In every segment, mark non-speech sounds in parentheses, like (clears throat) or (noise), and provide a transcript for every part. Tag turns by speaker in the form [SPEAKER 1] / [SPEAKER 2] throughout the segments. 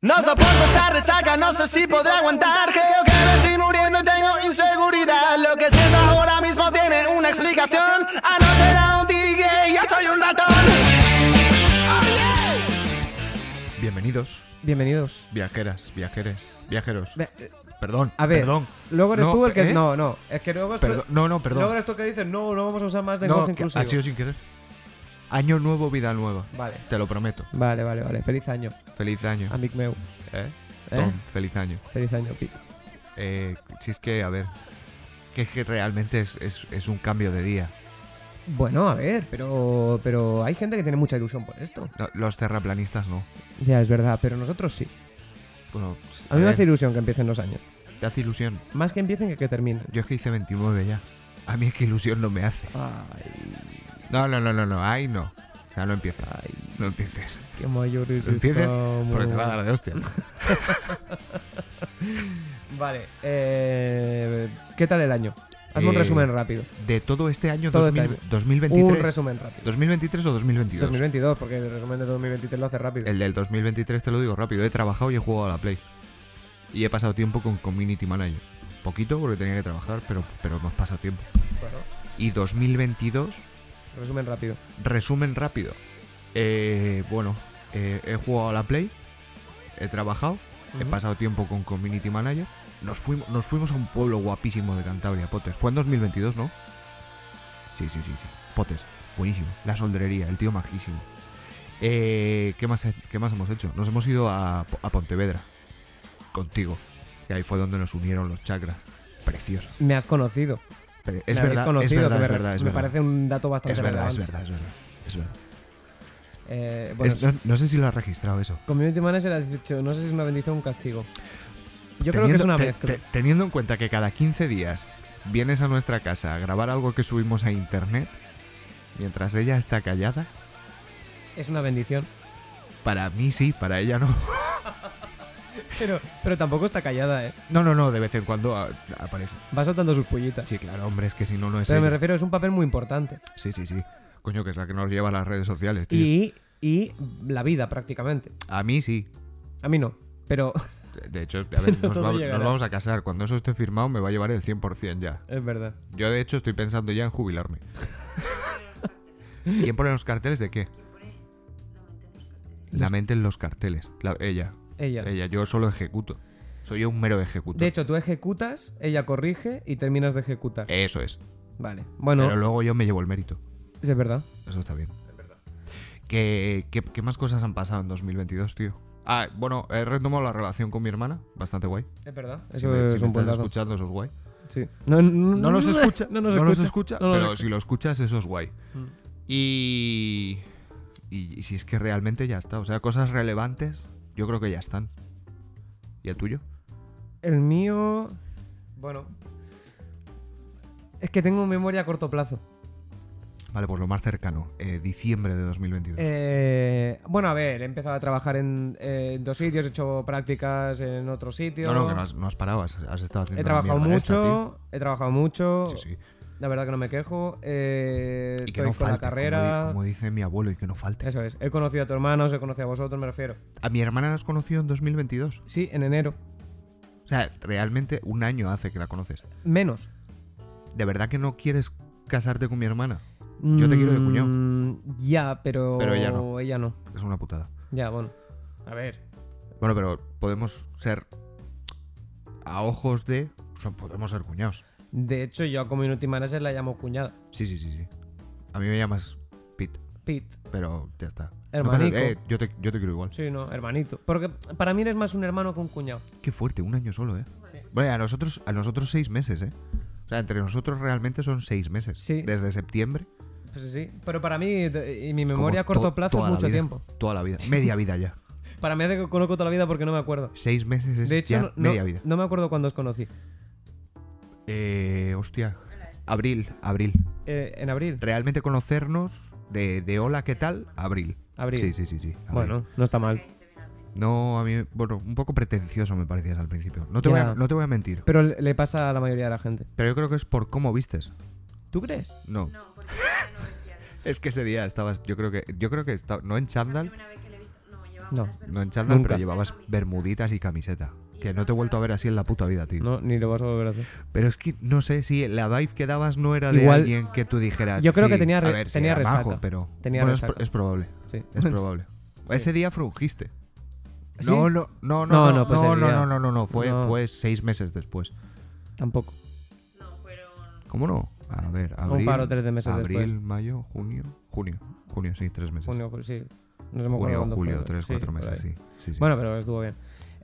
[SPEAKER 1] No soporto esta resaca, no sé si podré aguantar. Creo que me estoy muriendo y tengo inseguridad. Lo que siento ahora mismo tiene una explicación. Anoche era un tigre, yo soy un ratón.
[SPEAKER 2] Bienvenidos,
[SPEAKER 3] Bienvenidos.
[SPEAKER 2] viajeras, viajeres, viajeros.
[SPEAKER 3] Ve- eh,
[SPEAKER 2] Perdón,
[SPEAKER 3] A ver,
[SPEAKER 2] perdón.
[SPEAKER 3] luego eres
[SPEAKER 2] No,
[SPEAKER 3] tú el que.
[SPEAKER 2] ¿eh?
[SPEAKER 3] No, no. Es que luego es tú-
[SPEAKER 2] Perdón, No, no,
[SPEAKER 3] Luego
[SPEAKER 2] perdón.
[SPEAKER 3] eres tú que dices, no, no vamos a usar más lenguaje
[SPEAKER 2] No, que
[SPEAKER 3] inclusivo.
[SPEAKER 2] ha sido sin querer. Año nuevo, vida nueva.
[SPEAKER 3] Vale.
[SPEAKER 2] Te lo prometo.
[SPEAKER 3] Vale, vale, vale. Feliz año,
[SPEAKER 2] Feliz año.
[SPEAKER 3] amic meu.
[SPEAKER 2] ¿Eh?
[SPEAKER 3] ¿Eh?
[SPEAKER 2] Tom, feliz año.
[SPEAKER 3] Feliz año, Pi.
[SPEAKER 2] Eh, si es que, a ver, que es que realmente es, es- es un cambio de día.
[SPEAKER 3] Bueno, a ver, pero, pero hay gente que tiene mucha ilusión por esto.
[SPEAKER 2] No, Los terraplanistas no.
[SPEAKER 3] Ya, es verdad, pero nosotros sí.
[SPEAKER 2] Bueno,
[SPEAKER 3] A mí me
[SPEAKER 2] ver,
[SPEAKER 3] hace ilusión que empiecen los años.
[SPEAKER 2] te hace ilusión.
[SPEAKER 3] Más que empiecen que que terminen.
[SPEAKER 2] Yo es que hice 29 ya. A mí es que ilusión no me hace.
[SPEAKER 3] Ay,
[SPEAKER 2] No, no, no, no, no. Ahí no. O sea, no empieces. No empieces.
[SPEAKER 3] qué mayores
[SPEAKER 2] No empieces
[SPEAKER 3] estamos.
[SPEAKER 2] Porque te va a dar de hostia.
[SPEAKER 3] Vale, eh, ¿qué tal el año? Hazme un
[SPEAKER 2] Eh,
[SPEAKER 3] resumen rápido.
[SPEAKER 2] De todo este año,
[SPEAKER 3] Todo
[SPEAKER 2] 2000
[SPEAKER 3] este año. Un
[SPEAKER 2] 2023.
[SPEAKER 3] resumen rápido.
[SPEAKER 2] 2023 o 2022.
[SPEAKER 3] 2022, porque el resumen de 2023 lo hace rápido.
[SPEAKER 2] El del 2023 te lo digo rápido. He trabajado y he jugado a la Play. Y he pasado tiempo con Community Manager. Poquito porque tenía que trabajar, pero, pero hemos pasado tiempo.
[SPEAKER 3] Bueno,
[SPEAKER 2] Y 2022,
[SPEAKER 3] resumen rápido.
[SPEAKER 2] resumen rápido. Eh, bueno, eh, he jugado a la Play. He trabajado. He
[SPEAKER 3] Ujú.
[SPEAKER 2] pasado tiempo con Community Manager. Nos fuimos, nos fuimos a un pueblo guapísimo de Cantabria, Potes. Fue en 2022, ¿no? Sí, sí, sí, sí. Potes, buenísimo. La solderería, el tío majísimo. Eh, ¿qué, más, he- ¿Qué más hemos hecho? Nos hemos ido a, Po- a Pontevedra. Contigo. Y ahí fue donde nos unieron los chakras. Precioso.
[SPEAKER 3] Me has conocido.
[SPEAKER 2] Pero es,
[SPEAKER 3] me habéis
[SPEAKER 2] verdad, es
[SPEAKER 3] conocido,
[SPEAKER 2] verdad,
[SPEAKER 3] que
[SPEAKER 2] es
[SPEAKER 3] me,
[SPEAKER 2] verdad, es
[SPEAKER 3] me
[SPEAKER 2] verdad.
[SPEAKER 3] parece un dato bastante
[SPEAKER 2] Es verdad, es
[SPEAKER 3] relevante.
[SPEAKER 2] verdad, es verdad. Es verdad.
[SPEAKER 3] Eh, bueno,
[SPEAKER 2] Es- no, no sé si lo has registrado eso.
[SPEAKER 3] Community Manager has dicho, no sé si es una bendición o un castigo. Yo creo que es una
[SPEAKER 2] te-
[SPEAKER 3] mezcla.
[SPEAKER 2] te- teniendo en cuenta que cada 15 días vienes a nuestra casa a grabar algo que subimos a internet, mientras ella está callada,
[SPEAKER 3] Es una bendición.
[SPEAKER 2] para mí sí, para ella no. (laughs)
[SPEAKER 3] Pero, pero tampoco está callada, ¿eh?
[SPEAKER 2] No, no, no, de vez en cuando a- aparece.
[SPEAKER 3] Va soltando sus pullitas.
[SPEAKER 2] Sí, claro, hombre, es que si no, no es
[SPEAKER 3] pero me
[SPEAKER 2] ella.
[SPEAKER 3] refiero, es un papel muy importante.
[SPEAKER 2] Sí, sí, sí. Coño, que es la que nos lleva a las redes sociales, tío.
[SPEAKER 3] Y, y la vida, prácticamente.
[SPEAKER 2] A mí sí.
[SPEAKER 3] A mí no. Pero (laughs)
[SPEAKER 2] De hecho, a ver, nos,
[SPEAKER 3] todo
[SPEAKER 2] va- nos
[SPEAKER 3] llegará.
[SPEAKER 2] vamos a casar. Cuando eso esté firmado, me va a llevar el 100% ya.
[SPEAKER 3] es verdad.
[SPEAKER 2] Yo, de hecho, estoy pensando ya en jubilarme. ¿Quién pone los carteles de qué? La mente en los carteles. La- ella.
[SPEAKER 3] Ella.
[SPEAKER 2] Ella, yo solo ejecuto. Soy un mero ejecutor.
[SPEAKER 3] De hecho, tú ejecutas, ella corrige y terminas de ejecutar.
[SPEAKER 2] Eso es.
[SPEAKER 3] Vale. Bueno,
[SPEAKER 2] Eh. Pero luego yo me llevo el mérito.
[SPEAKER 3] es verdad.
[SPEAKER 2] Eso está bien. ¿Qué, qué, qué más cosas han pasado en 2022, tío? Ah, bueno, he retomado la relación con mi hermana. Bastante guay.
[SPEAKER 3] Es verdad.
[SPEAKER 2] Si
[SPEAKER 3] Eso
[SPEAKER 2] me,
[SPEAKER 3] es
[SPEAKER 2] si me estás
[SPEAKER 3] un puntazo.
[SPEAKER 2] escuchando, eso es guay.
[SPEAKER 3] Sí. No, no,
[SPEAKER 2] No
[SPEAKER 3] (laughs)
[SPEAKER 2] nos escucha.
[SPEAKER 3] Mm. No nos escucha. no nos
[SPEAKER 2] pero
[SPEAKER 3] escucha.
[SPEAKER 2] si lo escuchas, eso es guay.
[SPEAKER 3] Mm.
[SPEAKER 2] Y, y. y si es que realmente ya está. O sea, cosas relevantes, yo creo que ya están. ¿Y el tuyo?
[SPEAKER 3] El mío. Bueno. Es que tengo memoria a corto plazo.
[SPEAKER 2] Vale, pues lo más cercano, eh, diciembre de 2022.
[SPEAKER 3] Eh, bueno, a ver, he empezado a trabajar en, eh, en dos sitios, he hecho prácticas en otro sitio.
[SPEAKER 2] no, no, que no has, no has parado, has, has estado haciendo. la
[SPEAKER 3] He trabajado
[SPEAKER 2] mierda esta, tío.
[SPEAKER 3] mucho, he trabajado mucho.
[SPEAKER 2] sí, sí.
[SPEAKER 3] La verdad que no me quejo. eh,
[SPEAKER 2] Y que
[SPEAKER 3] estoy
[SPEAKER 2] no
[SPEAKER 3] con
[SPEAKER 2] falte,
[SPEAKER 3] la carrera.
[SPEAKER 2] Como, di- como dice mi abuelo, y que no falte.
[SPEAKER 3] Eso es. He conocido a tu hermano, os he conocido a vosotros, me refiero.
[SPEAKER 2] A mi hermana la has conocido en 2022.
[SPEAKER 3] Sí, en enero.
[SPEAKER 2] O sea, realmente un año hace que la conoces.
[SPEAKER 3] Menos.
[SPEAKER 2] ¿De verdad que no quieres casarte con mi hermana? Yo te quiero de cuñado.
[SPEAKER 3] Mm, Ya, pero.
[SPEAKER 2] Pero ella no.
[SPEAKER 3] Ella no.
[SPEAKER 2] Es una putada.
[SPEAKER 3] Ya, bueno. A ver.
[SPEAKER 2] Bueno, pero podemos ser a ojos de. O sea, podemos ser cuñados.
[SPEAKER 3] De hecho, yo a Community Manager la llamo cuñada.
[SPEAKER 2] Sí, sí, sí, sí. A mí me llamas Pete,
[SPEAKER 3] Pete.
[SPEAKER 2] pero ya está. No pasa-
[SPEAKER 3] Hermanico.
[SPEAKER 2] eh, yo, te, yo te quiero igual.
[SPEAKER 3] Sí, no, hermanito. Porque para mí eres más un hermano que un cuñado.
[SPEAKER 2] Qué fuerte, un año solo, ¿eh? Bueno, a nosotros, a nosotros seis meses, ¿eh? O sea, entre nosotros realmente son seis meses.
[SPEAKER 3] Sí.
[SPEAKER 2] Desde septiembre.
[SPEAKER 3] Pues sí. Pero para mí, de- y mi
[SPEAKER 2] como
[SPEAKER 3] memoria a
[SPEAKER 2] to-
[SPEAKER 3] corto plazo
[SPEAKER 2] toda
[SPEAKER 3] es
[SPEAKER 2] la
[SPEAKER 3] mucho
[SPEAKER 2] vida.
[SPEAKER 3] tiempo.
[SPEAKER 2] Toda la vida. Media vida ya.
[SPEAKER 3] Para mí hace que conozco toda la vida porque no me acuerdo.
[SPEAKER 2] Seis meses es
[SPEAKER 3] De hecho,
[SPEAKER 2] ya
[SPEAKER 3] no, no-
[SPEAKER 2] media vida.
[SPEAKER 3] no me acuerdo cuándo os conocí.
[SPEAKER 2] Eh, hostia. Abril, abril.
[SPEAKER 3] Eh, en abril.
[SPEAKER 2] Realmente conocernos de, de hola, ¿qué tal? Abril.
[SPEAKER 3] Abril.
[SPEAKER 2] Sí, sí, sí, sí. abril.
[SPEAKER 3] Bueno, no está mal.
[SPEAKER 2] No, a mí, bueno, un poco pretencioso me parecías al principio. No te,
[SPEAKER 3] Ya.
[SPEAKER 2] voy, a, no te voy a mentir.
[SPEAKER 3] Pero le le pasa a la mayoría de la gente.
[SPEAKER 2] Pero yo creo que es por cómo vistes.
[SPEAKER 3] ¿Tú crees?
[SPEAKER 2] No.
[SPEAKER 4] No, porque yo no vestía bien.
[SPEAKER 2] Es que ese día estabas, yo creo que, yo creo que estaba, no en
[SPEAKER 4] La
[SPEAKER 2] chándal.
[SPEAKER 4] primera vez que le he visto, no, llevaba
[SPEAKER 3] No,
[SPEAKER 2] No en chándal,
[SPEAKER 3] Nunca.
[SPEAKER 2] pero llevabas bermuditas y camiseta. Que no te he vuelto a ver así en la puta vida, tío.
[SPEAKER 3] no, ni lo vas a volver a hacer.
[SPEAKER 2] Pero es que no sé si la vibe que dabas no era de
[SPEAKER 3] Igual-
[SPEAKER 2] alguien que tú dijeras.
[SPEAKER 3] Yo creo que
[SPEAKER 2] "Sí,
[SPEAKER 3] tenía
[SPEAKER 2] a
[SPEAKER 3] re-
[SPEAKER 2] ver, sí,
[SPEAKER 3] tenía
[SPEAKER 2] era majo",
[SPEAKER 3] resaca.
[SPEAKER 2] pero
[SPEAKER 3] Tenía
[SPEAKER 2] bueno, es,
[SPEAKER 3] resaca.
[SPEAKER 2] pro- es probable.
[SPEAKER 3] (laughs) Sí.
[SPEAKER 2] Es probable.
[SPEAKER 3] Sí.
[SPEAKER 2] Ese día frungiste.
[SPEAKER 3] ¿Sí?
[SPEAKER 2] No, no, no, no,
[SPEAKER 3] No,
[SPEAKER 2] no,
[SPEAKER 3] no, pues
[SPEAKER 2] no,
[SPEAKER 3] el
[SPEAKER 2] no,
[SPEAKER 3] día-
[SPEAKER 2] no, no, no, no, fue,
[SPEAKER 3] no.
[SPEAKER 2] fue seis meses después.
[SPEAKER 3] Tampoco.
[SPEAKER 4] No, fueron.
[SPEAKER 2] ¿Cómo no? A ver, abril,
[SPEAKER 3] par o tres de meses
[SPEAKER 2] abril,
[SPEAKER 3] después.
[SPEAKER 2] mayo, junio, junio, junio, sí, tres meses.
[SPEAKER 3] Junio, pues sí. No se me acuerdo
[SPEAKER 2] Junio,
[SPEAKER 3] cuándo fue,
[SPEAKER 2] julio,
[SPEAKER 3] pero
[SPEAKER 2] tres,
[SPEAKER 3] sí,
[SPEAKER 2] cuatro
[SPEAKER 3] por
[SPEAKER 2] meses,
[SPEAKER 3] ahí.
[SPEAKER 2] sí. sí, sí.
[SPEAKER 3] Bueno, pero estuvo bien.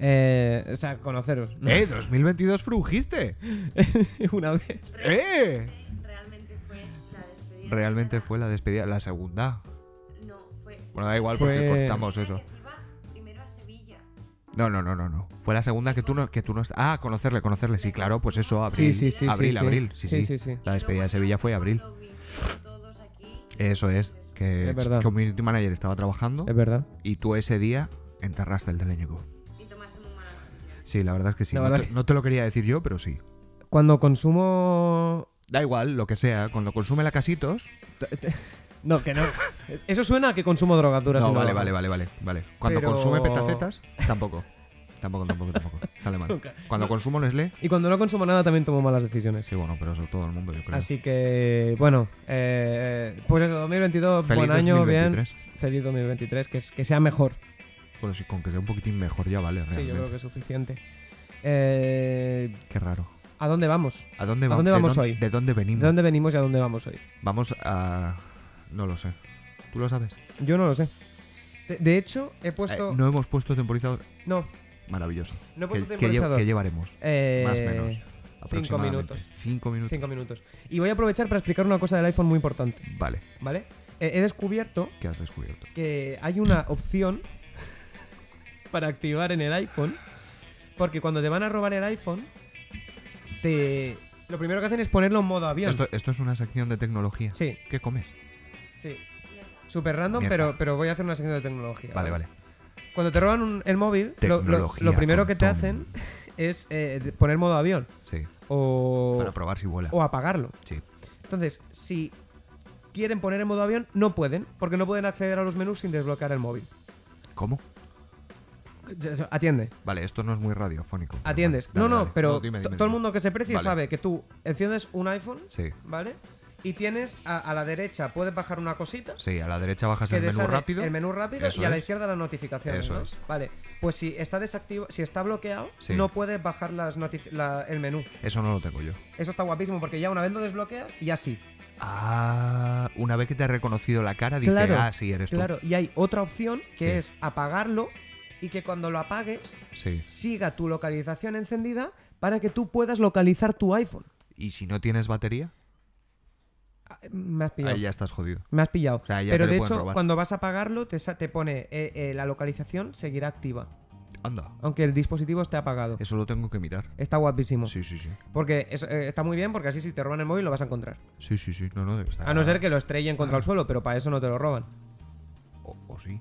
[SPEAKER 3] Eh, o sea, conoceros.
[SPEAKER 2] ¡Eh, 2022 frungiste!
[SPEAKER 3] (laughs) Una vez.
[SPEAKER 2] ¡Eh!
[SPEAKER 4] Realmente fue la despedida.
[SPEAKER 2] Realmente fue la despedida, la segunda.
[SPEAKER 4] No, fue.
[SPEAKER 2] Bueno, da igual porque
[SPEAKER 3] Fue-
[SPEAKER 2] cortamos eso.
[SPEAKER 4] Que se iba primero a Sevilla.
[SPEAKER 2] No, no, no, no, no. Fue la segunda que tú no, que tú no. est- Ah, conocerle, conocerle. Sí, claro, pues eso, abril.
[SPEAKER 3] sí, sí, sí,
[SPEAKER 2] abril,
[SPEAKER 3] sí.
[SPEAKER 2] abril. Sí sí.
[SPEAKER 3] Sí, sí, sí.
[SPEAKER 2] La despedida de Sevilla fue abril.
[SPEAKER 4] Cuando vinimos todos aquí,
[SPEAKER 2] Eso es, que
[SPEAKER 3] Es verdad.
[SPEAKER 2] Community Manager estaba trabajando
[SPEAKER 3] Es verdad.
[SPEAKER 2] y tú ese día enterraste el del Ñeco.
[SPEAKER 4] Y tomaste muy mala decisión.
[SPEAKER 2] Sí, la verdad es que sí.
[SPEAKER 3] La
[SPEAKER 2] No,
[SPEAKER 3] verdad
[SPEAKER 2] te,
[SPEAKER 3] que-
[SPEAKER 2] no te lo quería decir yo, pero sí.
[SPEAKER 3] Cuando consumo.
[SPEAKER 2] Da igual, lo que sea, cuando consume la casitos.
[SPEAKER 3] No,
[SPEAKER 2] (laughs)
[SPEAKER 3] que no. Eso suena a que consumo drogas duras.
[SPEAKER 2] No,
[SPEAKER 3] y
[SPEAKER 2] vale,
[SPEAKER 3] bajas.
[SPEAKER 2] vale, vale, vale, vale. Cuando
[SPEAKER 3] Pero-
[SPEAKER 2] consume petacetas, tampoco. Tampoco, tampoco, tampoco. Sale mal.
[SPEAKER 3] Nunca.
[SPEAKER 2] Cuando consumo Nestlé,
[SPEAKER 3] Y cuando no consumo nada también tomo malas decisiones.
[SPEAKER 2] sí, bueno, pero eso todo el mundo, yo creo.
[SPEAKER 3] Así que, bueno, eh, pues eso, 2022,
[SPEAKER 2] Feliz
[SPEAKER 3] buen año, bien.
[SPEAKER 2] 2023.
[SPEAKER 3] Feliz 2023, que, es- que sea mejor.
[SPEAKER 2] Bueno, sí, con que sea un poquitín mejor ya vale, realmente.
[SPEAKER 3] Sí, yo creo que es suficiente. Eh,
[SPEAKER 2] Qué raro.
[SPEAKER 3] ¿A dónde vamos?
[SPEAKER 2] ¿A dónde,
[SPEAKER 3] ¿A
[SPEAKER 2] va-
[SPEAKER 3] dónde
[SPEAKER 2] de
[SPEAKER 3] vamos
[SPEAKER 2] dónde-
[SPEAKER 3] hoy?
[SPEAKER 2] ¿De dónde venimos?
[SPEAKER 3] ¿De dónde venimos y a dónde vamos hoy?
[SPEAKER 2] Vamos a... No lo sé. ¿Tú lo sabes?
[SPEAKER 3] Yo no lo sé. De, de hecho, he puesto.
[SPEAKER 2] Eh, no hemos puesto temporizador.
[SPEAKER 3] no,
[SPEAKER 2] Maravilloso.
[SPEAKER 3] no
[SPEAKER 2] ¿Qué,
[SPEAKER 3] he puesto
[SPEAKER 2] qué lle-
[SPEAKER 3] temporizador.
[SPEAKER 2] qué llevaremos?
[SPEAKER 3] Eh,
[SPEAKER 2] Más o menos. aproximadamente.
[SPEAKER 3] minutos.
[SPEAKER 2] Cinco minutos.
[SPEAKER 3] Cinco minutos. Y voy a aprovechar para explicar una cosa del iPhone muy importante,
[SPEAKER 2] Vale,
[SPEAKER 3] ¿vale? Eh, he descubierto
[SPEAKER 2] ¿qué has descubierto?
[SPEAKER 3] que hay una opción (laughs) para activar en el iPhone. Porque cuando te van a robar el iPhone, te. Lo primero que hacen es ponerlo en modo avión.
[SPEAKER 2] Esto, esto es una sección de tecnología.
[SPEAKER 3] Sí,
[SPEAKER 2] ¿Qué comes?
[SPEAKER 3] sí. Super random,
[SPEAKER 2] Mierda.
[SPEAKER 3] pero, pero voy a hacer una sección de tecnología.
[SPEAKER 2] Vale, vale.
[SPEAKER 3] Cuando te roban un- el móvil, lo- lo, lo
[SPEAKER 2] Tecnología
[SPEAKER 3] primero
[SPEAKER 2] con
[SPEAKER 3] que te
[SPEAKER 2] Tom.
[SPEAKER 3] hacen (laughs) es eh, de- poner modo avión
[SPEAKER 2] Sí.
[SPEAKER 3] o,
[SPEAKER 2] Para probar si vuela.
[SPEAKER 3] o apagarlo.
[SPEAKER 2] Sí.
[SPEAKER 3] Entonces, si quieren poner en modo avión, no pueden, porque no pueden acceder a los menús sin desbloquear el móvil.
[SPEAKER 2] ¿Cómo?
[SPEAKER 3] Atiende.
[SPEAKER 2] Vale, esto no es muy radiofónico. pero
[SPEAKER 3] Atiendes.
[SPEAKER 2] vale,
[SPEAKER 3] no,
[SPEAKER 2] dale,
[SPEAKER 3] no,
[SPEAKER 2] dale.
[SPEAKER 3] pero
[SPEAKER 2] dime,
[SPEAKER 3] to-
[SPEAKER 2] dime,
[SPEAKER 3] todo
[SPEAKER 2] dime.
[SPEAKER 3] el mundo que se precie
[SPEAKER 2] Vale.
[SPEAKER 3] sabe que tú enciendes un iPhone,
[SPEAKER 2] Sí.
[SPEAKER 3] ¿vale? Y tienes a, a la derecha, puedes bajar una cosita.
[SPEAKER 2] Sí, a la derecha bajas
[SPEAKER 3] que
[SPEAKER 2] el menú
[SPEAKER 3] deshace
[SPEAKER 2] rápido.
[SPEAKER 3] El menú rápido
[SPEAKER 2] Eso
[SPEAKER 3] y a la
[SPEAKER 2] es.
[SPEAKER 3] izquierda las notificaciones.
[SPEAKER 2] Eso
[SPEAKER 3] ¿no?
[SPEAKER 2] es.
[SPEAKER 3] Vale. Pues si está desactivo, si está bloqueado,
[SPEAKER 2] Sí.
[SPEAKER 3] no puedes bajar las notif- la- el menú.
[SPEAKER 2] Eso no lo tengo yo.
[SPEAKER 3] Eso está guapísimo porque ya una vez lo desbloqueas, ya sí.
[SPEAKER 2] Ah, una vez que te ha reconocido la cara, dice,
[SPEAKER 3] Claro,
[SPEAKER 2] ah, sí, eres
[SPEAKER 3] Claro, y hay otra opción que
[SPEAKER 2] Sí.
[SPEAKER 3] es apagarlo y que cuando lo apagues
[SPEAKER 2] tú. Sí.
[SPEAKER 3] siga tu localización encendida para que tú puedas localizar tu iPhone.
[SPEAKER 2] Y si no tienes batería,
[SPEAKER 3] Ah, Me has pillado.
[SPEAKER 2] ahí ya estás jodido.
[SPEAKER 3] Me has pillado.
[SPEAKER 2] O sea, ya
[SPEAKER 3] Pero
[SPEAKER 2] te lo
[SPEAKER 3] de
[SPEAKER 2] pueden
[SPEAKER 3] hecho,
[SPEAKER 2] robar.
[SPEAKER 3] cuando vas a apagarlo, te, sa- te pone eh, eh, la localización seguirá activa,
[SPEAKER 2] Anda,
[SPEAKER 3] aunque el dispositivo esté apagado.
[SPEAKER 2] eso lo tengo que mirar.
[SPEAKER 3] Está guapísimo.
[SPEAKER 2] Sí, sí, sí.
[SPEAKER 3] Porque es- eh, está muy bien, porque así si te roban el móvil lo vas a encontrar.
[SPEAKER 2] Sí, sí, sí. No, no, está-
[SPEAKER 3] A no ser que lo estrellen contra el suelo, pero para eso no te lo roban.
[SPEAKER 2] O, o sí.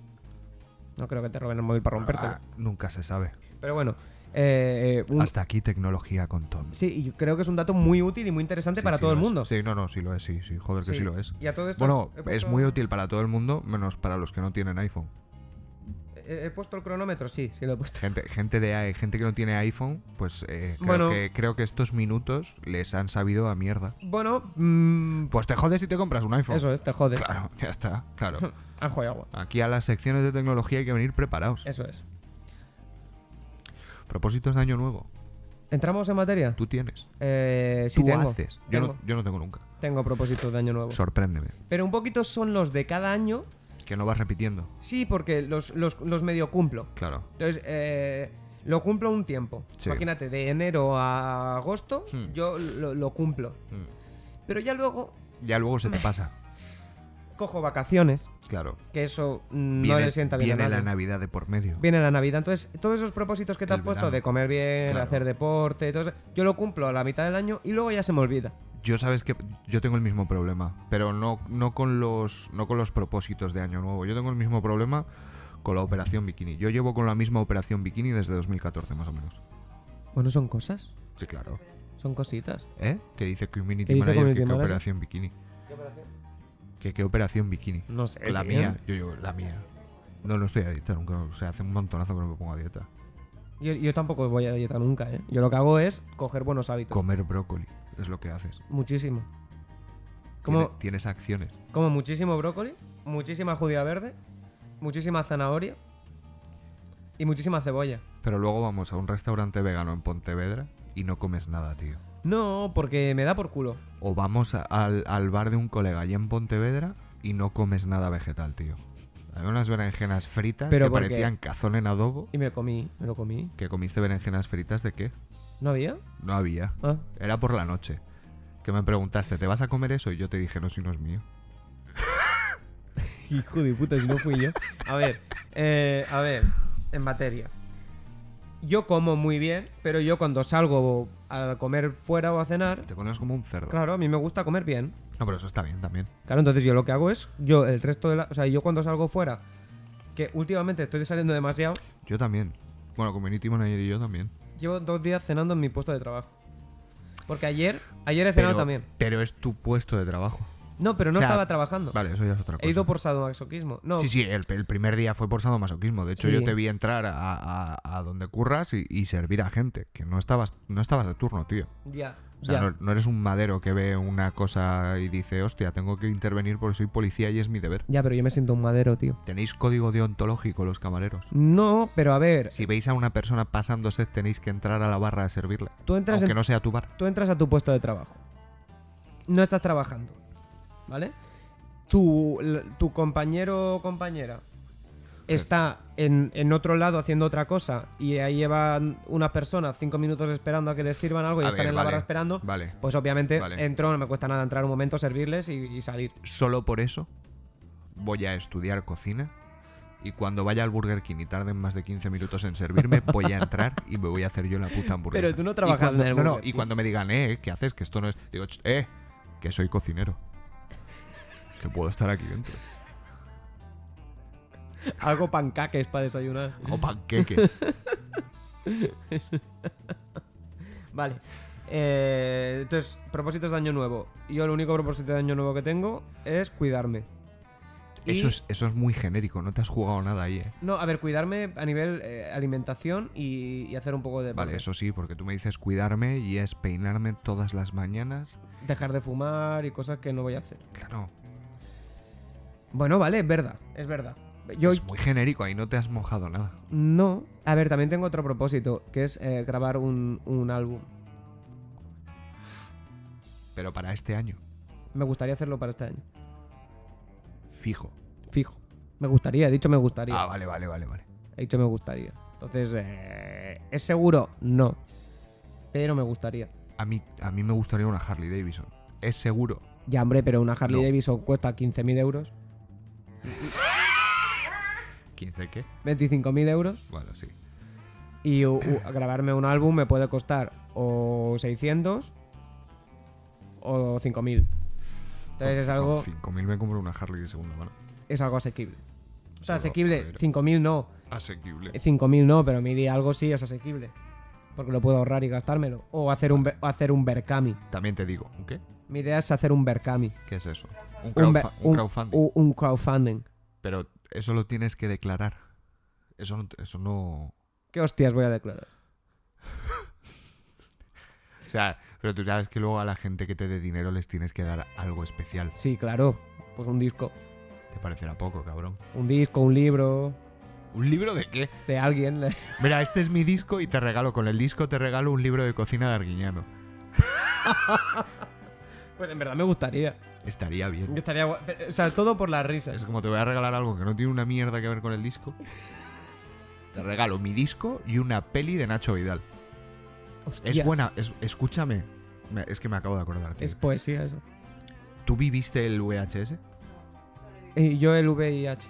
[SPEAKER 3] No creo que te roben el móvil para rompértelo.
[SPEAKER 2] Ah, nunca se sabe.
[SPEAKER 3] Pero bueno, eh, eh, un-
[SPEAKER 2] Hasta aquí tecnología con Tom.
[SPEAKER 3] sí, y creo que es un dato muy útil y muy interesante
[SPEAKER 2] Sí,
[SPEAKER 3] para
[SPEAKER 2] sí
[SPEAKER 3] todo el
[SPEAKER 2] lo es.
[SPEAKER 3] mundo.
[SPEAKER 2] Sí, no, no, sí lo es, sí, sí. Joder, que sí,
[SPEAKER 3] Sí.
[SPEAKER 2] lo es.
[SPEAKER 3] Y a todo esto
[SPEAKER 2] Bueno,
[SPEAKER 3] he
[SPEAKER 2] es
[SPEAKER 3] puesto-
[SPEAKER 2] muy útil para todo el mundo, menos para los que no tienen iPhone.
[SPEAKER 3] He, he puesto el cronómetro, sí, sí lo
[SPEAKER 2] (laughs)
[SPEAKER 3] he puesto.
[SPEAKER 2] Gente, gente de a- gente que no tiene iPhone, pues eh, creo,
[SPEAKER 3] Bueno.
[SPEAKER 2] que, creo que estos minutos les han sabido a mierda.
[SPEAKER 3] Bueno, mm,
[SPEAKER 2] Pues te jodes si te compras un iPhone.
[SPEAKER 3] eso es, te jodes.
[SPEAKER 2] Claro, ya está,
[SPEAKER 3] (laughs)
[SPEAKER 2] claro.
[SPEAKER 3] Ajo y agua.
[SPEAKER 2] Aquí a las secciones de tecnología hay que venir preparados.
[SPEAKER 3] Eso es.
[SPEAKER 2] Propósitos de año nuevo.
[SPEAKER 3] ¿Entramos en materia?
[SPEAKER 2] Tú tienes.
[SPEAKER 3] Eh, sí,
[SPEAKER 2] Tú
[SPEAKER 3] tengo.
[SPEAKER 2] haces. Yo
[SPEAKER 3] Tengo,
[SPEAKER 2] no, yo no tengo nunca.
[SPEAKER 3] tengo propósitos de año nuevo.
[SPEAKER 2] Sorpréndeme.
[SPEAKER 3] Pero un poquito son los de cada año.
[SPEAKER 2] Que no vas repitiendo.
[SPEAKER 3] Sí, porque los, los, los medio cumplo.
[SPEAKER 2] Claro.
[SPEAKER 3] Entonces, eh, lo cumplo un tiempo.
[SPEAKER 2] Sí.
[SPEAKER 3] Imagínate, de enero a agosto,
[SPEAKER 2] Hmm.
[SPEAKER 3] yo lo, lo cumplo.
[SPEAKER 2] Mm.
[SPEAKER 3] Pero ya luego
[SPEAKER 2] Ya luego se te pasa.
[SPEAKER 3] cojo vacaciones,
[SPEAKER 2] Claro.
[SPEAKER 3] que eso mm,
[SPEAKER 2] Viene-
[SPEAKER 3] no le sienta bien
[SPEAKER 2] viene
[SPEAKER 3] a
[SPEAKER 2] la
[SPEAKER 3] nadie.
[SPEAKER 2] Navidad de por medio.
[SPEAKER 3] Viene la Navidad. Entonces, todos esos propósitos que te
[SPEAKER 2] El
[SPEAKER 3] has puesto
[SPEAKER 2] verano.
[SPEAKER 3] de comer bien,
[SPEAKER 2] Claro.
[SPEAKER 3] hacer deporte, todo eso, yo lo cumplo a la mitad del año y luego ya se me olvida.
[SPEAKER 2] Yo sabes que yo tengo el mismo problema, pero no, no, con los, no con los propósitos de año nuevo. Yo tengo el mismo problema con la operación bikini. Yo llevo con la misma operación bikini desde 2014 más o menos.
[SPEAKER 3] Bueno, son cosas,
[SPEAKER 2] Sí, claro.
[SPEAKER 3] son cositas.
[SPEAKER 2] ¿Eh? Que dice Community
[SPEAKER 3] ¿Qué dice
[SPEAKER 2] Manager
[SPEAKER 3] Community
[SPEAKER 2] que qué
[SPEAKER 3] Manager?
[SPEAKER 2] operación bikini. ¿Qué operación? Que qué operación bikini.
[SPEAKER 3] No sé.
[SPEAKER 2] La
[SPEAKER 3] ¿eh?
[SPEAKER 2] mía, yo, yo, la mía. No, no estoy a dieta, nunca. O sea, hace un montonazo que no me pongo a dieta.
[SPEAKER 3] Yo, yo tampoco voy a dieta nunca, ¿eh? Yo lo que hago es coger buenos hábitos.
[SPEAKER 2] Comer brócoli es lo que haces.
[SPEAKER 3] Muchísimo. Como,
[SPEAKER 2] Tiene- Tienes acciones.
[SPEAKER 3] como muchísimo brócoli, muchísima judía verde, muchísima zanahoria y muchísima cebolla.
[SPEAKER 2] Pero luego vamos a un restaurante vegano en Pontevedra y no comes nada, tío.
[SPEAKER 3] No, porque me da por culo.
[SPEAKER 2] O vamos a- al, al bar de un colega allá en Pontevedra y no comes nada vegetal, tío. Había unas berenjenas fritas
[SPEAKER 3] Pero
[SPEAKER 2] que
[SPEAKER 3] ¿por qué?
[SPEAKER 2] parecían cazón en adobo.
[SPEAKER 3] Y me lo comí, me lo comí.
[SPEAKER 2] ¿Que comiste berenjenas fritas de qué?
[SPEAKER 3] ¿No había?
[SPEAKER 2] No había.
[SPEAKER 3] Ah.
[SPEAKER 2] Era por la noche. Que me preguntaste, ¿te vas a comer eso? Y yo te dije, no, si no es mío.
[SPEAKER 3] (laughs) Hijo de puta, si no fui yo. A ver, eh, a ver, en materia. Yo como muy bien, pero yo cuando salgo a comer fuera o a cenar,
[SPEAKER 2] Te pones como un cerdo.
[SPEAKER 3] claro, a mí me gusta comer bien.
[SPEAKER 2] No, pero eso está bien también.
[SPEAKER 3] Claro, entonces yo lo que hago es, yo el resto de la... O sea, yo cuando salgo fuera, que últimamente estoy saliendo demasiado,
[SPEAKER 2] Yo también. Bueno, Community Manager y yo también.
[SPEAKER 3] llevo dos días cenando en mi puesto de trabajo. Porque ayer, ayer he cenado también.
[SPEAKER 2] pero es tu puesto de trabajo.
[SPEAKER 3] No, pero no
[SPEAKER 2] O sea,
[SPEAKER 3] estaba trabajando.
[SPEAKER 2] Vale, eso ya es otra cosa.
[SPEAKER 3] He ido por sadomasoquismo. No,
[SPEAKER 2] Sí, sí, el, el primer día fue por sadomasoquismo. De hecho,
[SPEAKER 3] Sí.
[SPEAKER 2] yo te vi entrar a, a- a donde curras y, y servir a gente. Que no estabas, no estabas de turno, tío.
[SPEAKER 3] ya,
[SPEAKER 2] O sea,
[SPEAKER 3] ya.
[SPEAKER 2] no, no eres un madero que ve una cosa y dice, hostia, tengo que intervenir porque soy policía y es mi deber.
[SPEAKER 3] Ya, pero yo me siento un madero, tío.
[SPEAKER 2] Tenéis código deontológico los camareros.
[SPEAKER 3] No, pero a ver,
[SPEAKER 2] Si veis a una persona pasándose, tenéis que entrar a la barra a servirla.
[SPEAKER 3] tú entras
[SPEAKER 2] Aunque
[SPEAKER 3] en
[SPEAKER 2] no sea tu bar.
[SPEAKER 3] tú entras a tu puesto de trabajo. No estás trabajando. ¿Vale? Tu, l- tu compañero o compañera está en, en otro lado haciendo otra cosa y ahí llevan unas personas cinco minutos esperando a que les sirvan algo y
[SPEAKER 2] A
[SPEAKER 3] están
[SPEAKER 2] ver,
[SPEAKER 3] en la
[SPEAKER 2] vale,
[SPEAKER 3] barra esperando.
[SPEAKER 2] vale.
[SPEAKER 3] Pues obviamente
[SPEAKER 2] Vale.
[SPEAKER 3] entro, no me cuesta nada entrar un momento, servirles y, y salir. (laughs)
[SPEAKER 2] Solo por eso voy a estudiar cocina y cuando vaya al Burger King y tarden más de 15 minutos en servirme, voy a entrar y me voy a hacer yo la puta hamburguesa.
[SPEAKER 3] Pero tú no
[SPEAKER 2] Y
[SPEAKER 3] trabajas
[SPEAKER 2] cuando-
[SPEAKER 3] en el
[SPEAKER 2] no, no,
[SPEAKER 3] Burger
[SPEAKER 2] y
[SPEAKER 3] King.
[SPEAKER 2] cuando me digan, eh, ¿qué haces? Que esto no es... Digo, "Ch, eh, que soy cocinero. Que puedo estar aquí dentro.
[SPEAKER 3] Hago pancaques para desayunar.
[SPEAKER 2] O panqueque.
[SPEAKER 3] Vale. Eh, entonces, propósitos de año nuevo. Yo el único propósito de año nuevo que tengo es cuidarme. (laughs) Y-
[SPEAKER 2] Eso es, eso es muy genérico, no te has jugado nada ahí, eh.
[SPEAKER 3] No, a ver, cuidarme a nivel eh, alimentación y, y hacer un poco de...
[SPEAKER 2] Vale, eso sí, porque tú me dices cuidarme y es peinarme todas las mañanas.
[SPEAKER 3] Dejar de fumar y cosas que no voy a hacer.
[SPEAKER 2] Claro,
[SPEAKER 3] Bueno, vale, es verdad, es verdad. Yo
[SPEAKER 2] es muy genérico, ahí no te has mojado nada.
[SPEAKER 3] no... A ver, también tengo otro propósito, que es eh, grabar un, un álbum.
[SPEAKER 2] Pero para este año,
[SPEAKER 3] Me gustaría hacerlo para este año.
[SPEAKER 2] fijo.
[SPEAKER 3] Fijo. Me gustaría, he dicho me gustaría.
[SPEAKER 2] Ah, vale, vale, vale, vale.
[SPEAKER 3] He dicho me gustaría. Entonces, eh, ¿es seguro? No. Pero me gustaría.
[SPEAKER 2] A mí, a mí me gustaría una Harley Davidson. Es seguro.
[SPEAKER 3] Ya, hombre, pero una Harley
[SPEAKER 2] No.
[SPEAKER 3] Davidson cuesta 15.000 euros.
[SPEAKER 2] ¿15 qué?
[SPEAKER 3] 25.000 euros.
[SPEAKER 2] Bueno, sí.
[SPEAKER 3] Y u- u- grabarme un álbum me puede costar o 600 o 5.000. Entonces es algo,
[SPEAKER 2] Con 5.000 me compro una Harley de segunda mano.
[SPEAKER 3] es algo asequible. O
[SPEAKER 2] Pero,
[SPEAKER 3] sea,
[SPEAKER 2] a
[SPEAKER 3] asequible,
[SPEAKER 2] ver.
[SPEAKER 3] 5.000 no.
[SPEAKER 2] Asequible.
[SPEAKER 3] 5.000 no, pero mil y algo sí es asequible. Porque lo puedo ahorrar y gastármelo. O hacer un, be- o hacer un Berkami.
[SPEAKER 2] También te digo, ¿un qué?
[SPEAKER 3] Mi idea es hacer un Berkami.
[SPEAKER 2] ¿Qué es eso? Un,
[SPEAKER 3] Un, be-
[SPEAKER 2] crowdfa- un
[SPEAKER 3] un-
[SPEAKER 2] crowdfunding.
[SPEAKER 3] u- un crowdfunding.
[SPEAKER 2] Pero eso lo tienes que declarar. Eso no, eso no...
[SPEAKER 3] ¿Qué hostias voy a declarar?
[SPEAKER 2] O sea, pero tú sabes que luego a la gente que te dé dinero les tienes que dar algo especial.
[SPEAKER 3] Sí, claro. Pues un disco.
[SPEAKER 2] Te parecerá poco, cabrón.
[SPEAKER 3] Un disco, un libro
[SPEAKER 2] ¿Un libro de qué?
[SPEAKER 3] de alguien. (laughs)
[SPEAKER 2] Mira, este es mi disco y te regalo, con el disco te regalo un libro de cocina de Arguiñano.
[SPEAKER 3] Pues en verdad me gustaría.
[SPEAKER 2] Estaría bien.
[SPEAKER 3] Yo estaría gua- pero, O sea, todo por las risas.
[SPEAKER 2] Es como te voy a regalar algo que no tiene una mierda que ver con el disco. Te regalo mi disco y una peli de Nacho Vidal. Es
[SPEAKER 3] Hostias.
[SPEAKER 2] buena, es- escúchame. Me- Es que me acabo de acordar, tío.
[SPEAKER 3] Es poesía eso.
[SPEAKER 2] ¿Tú viviste el VHS?
[SPEAKER 3] Y yo el VIH.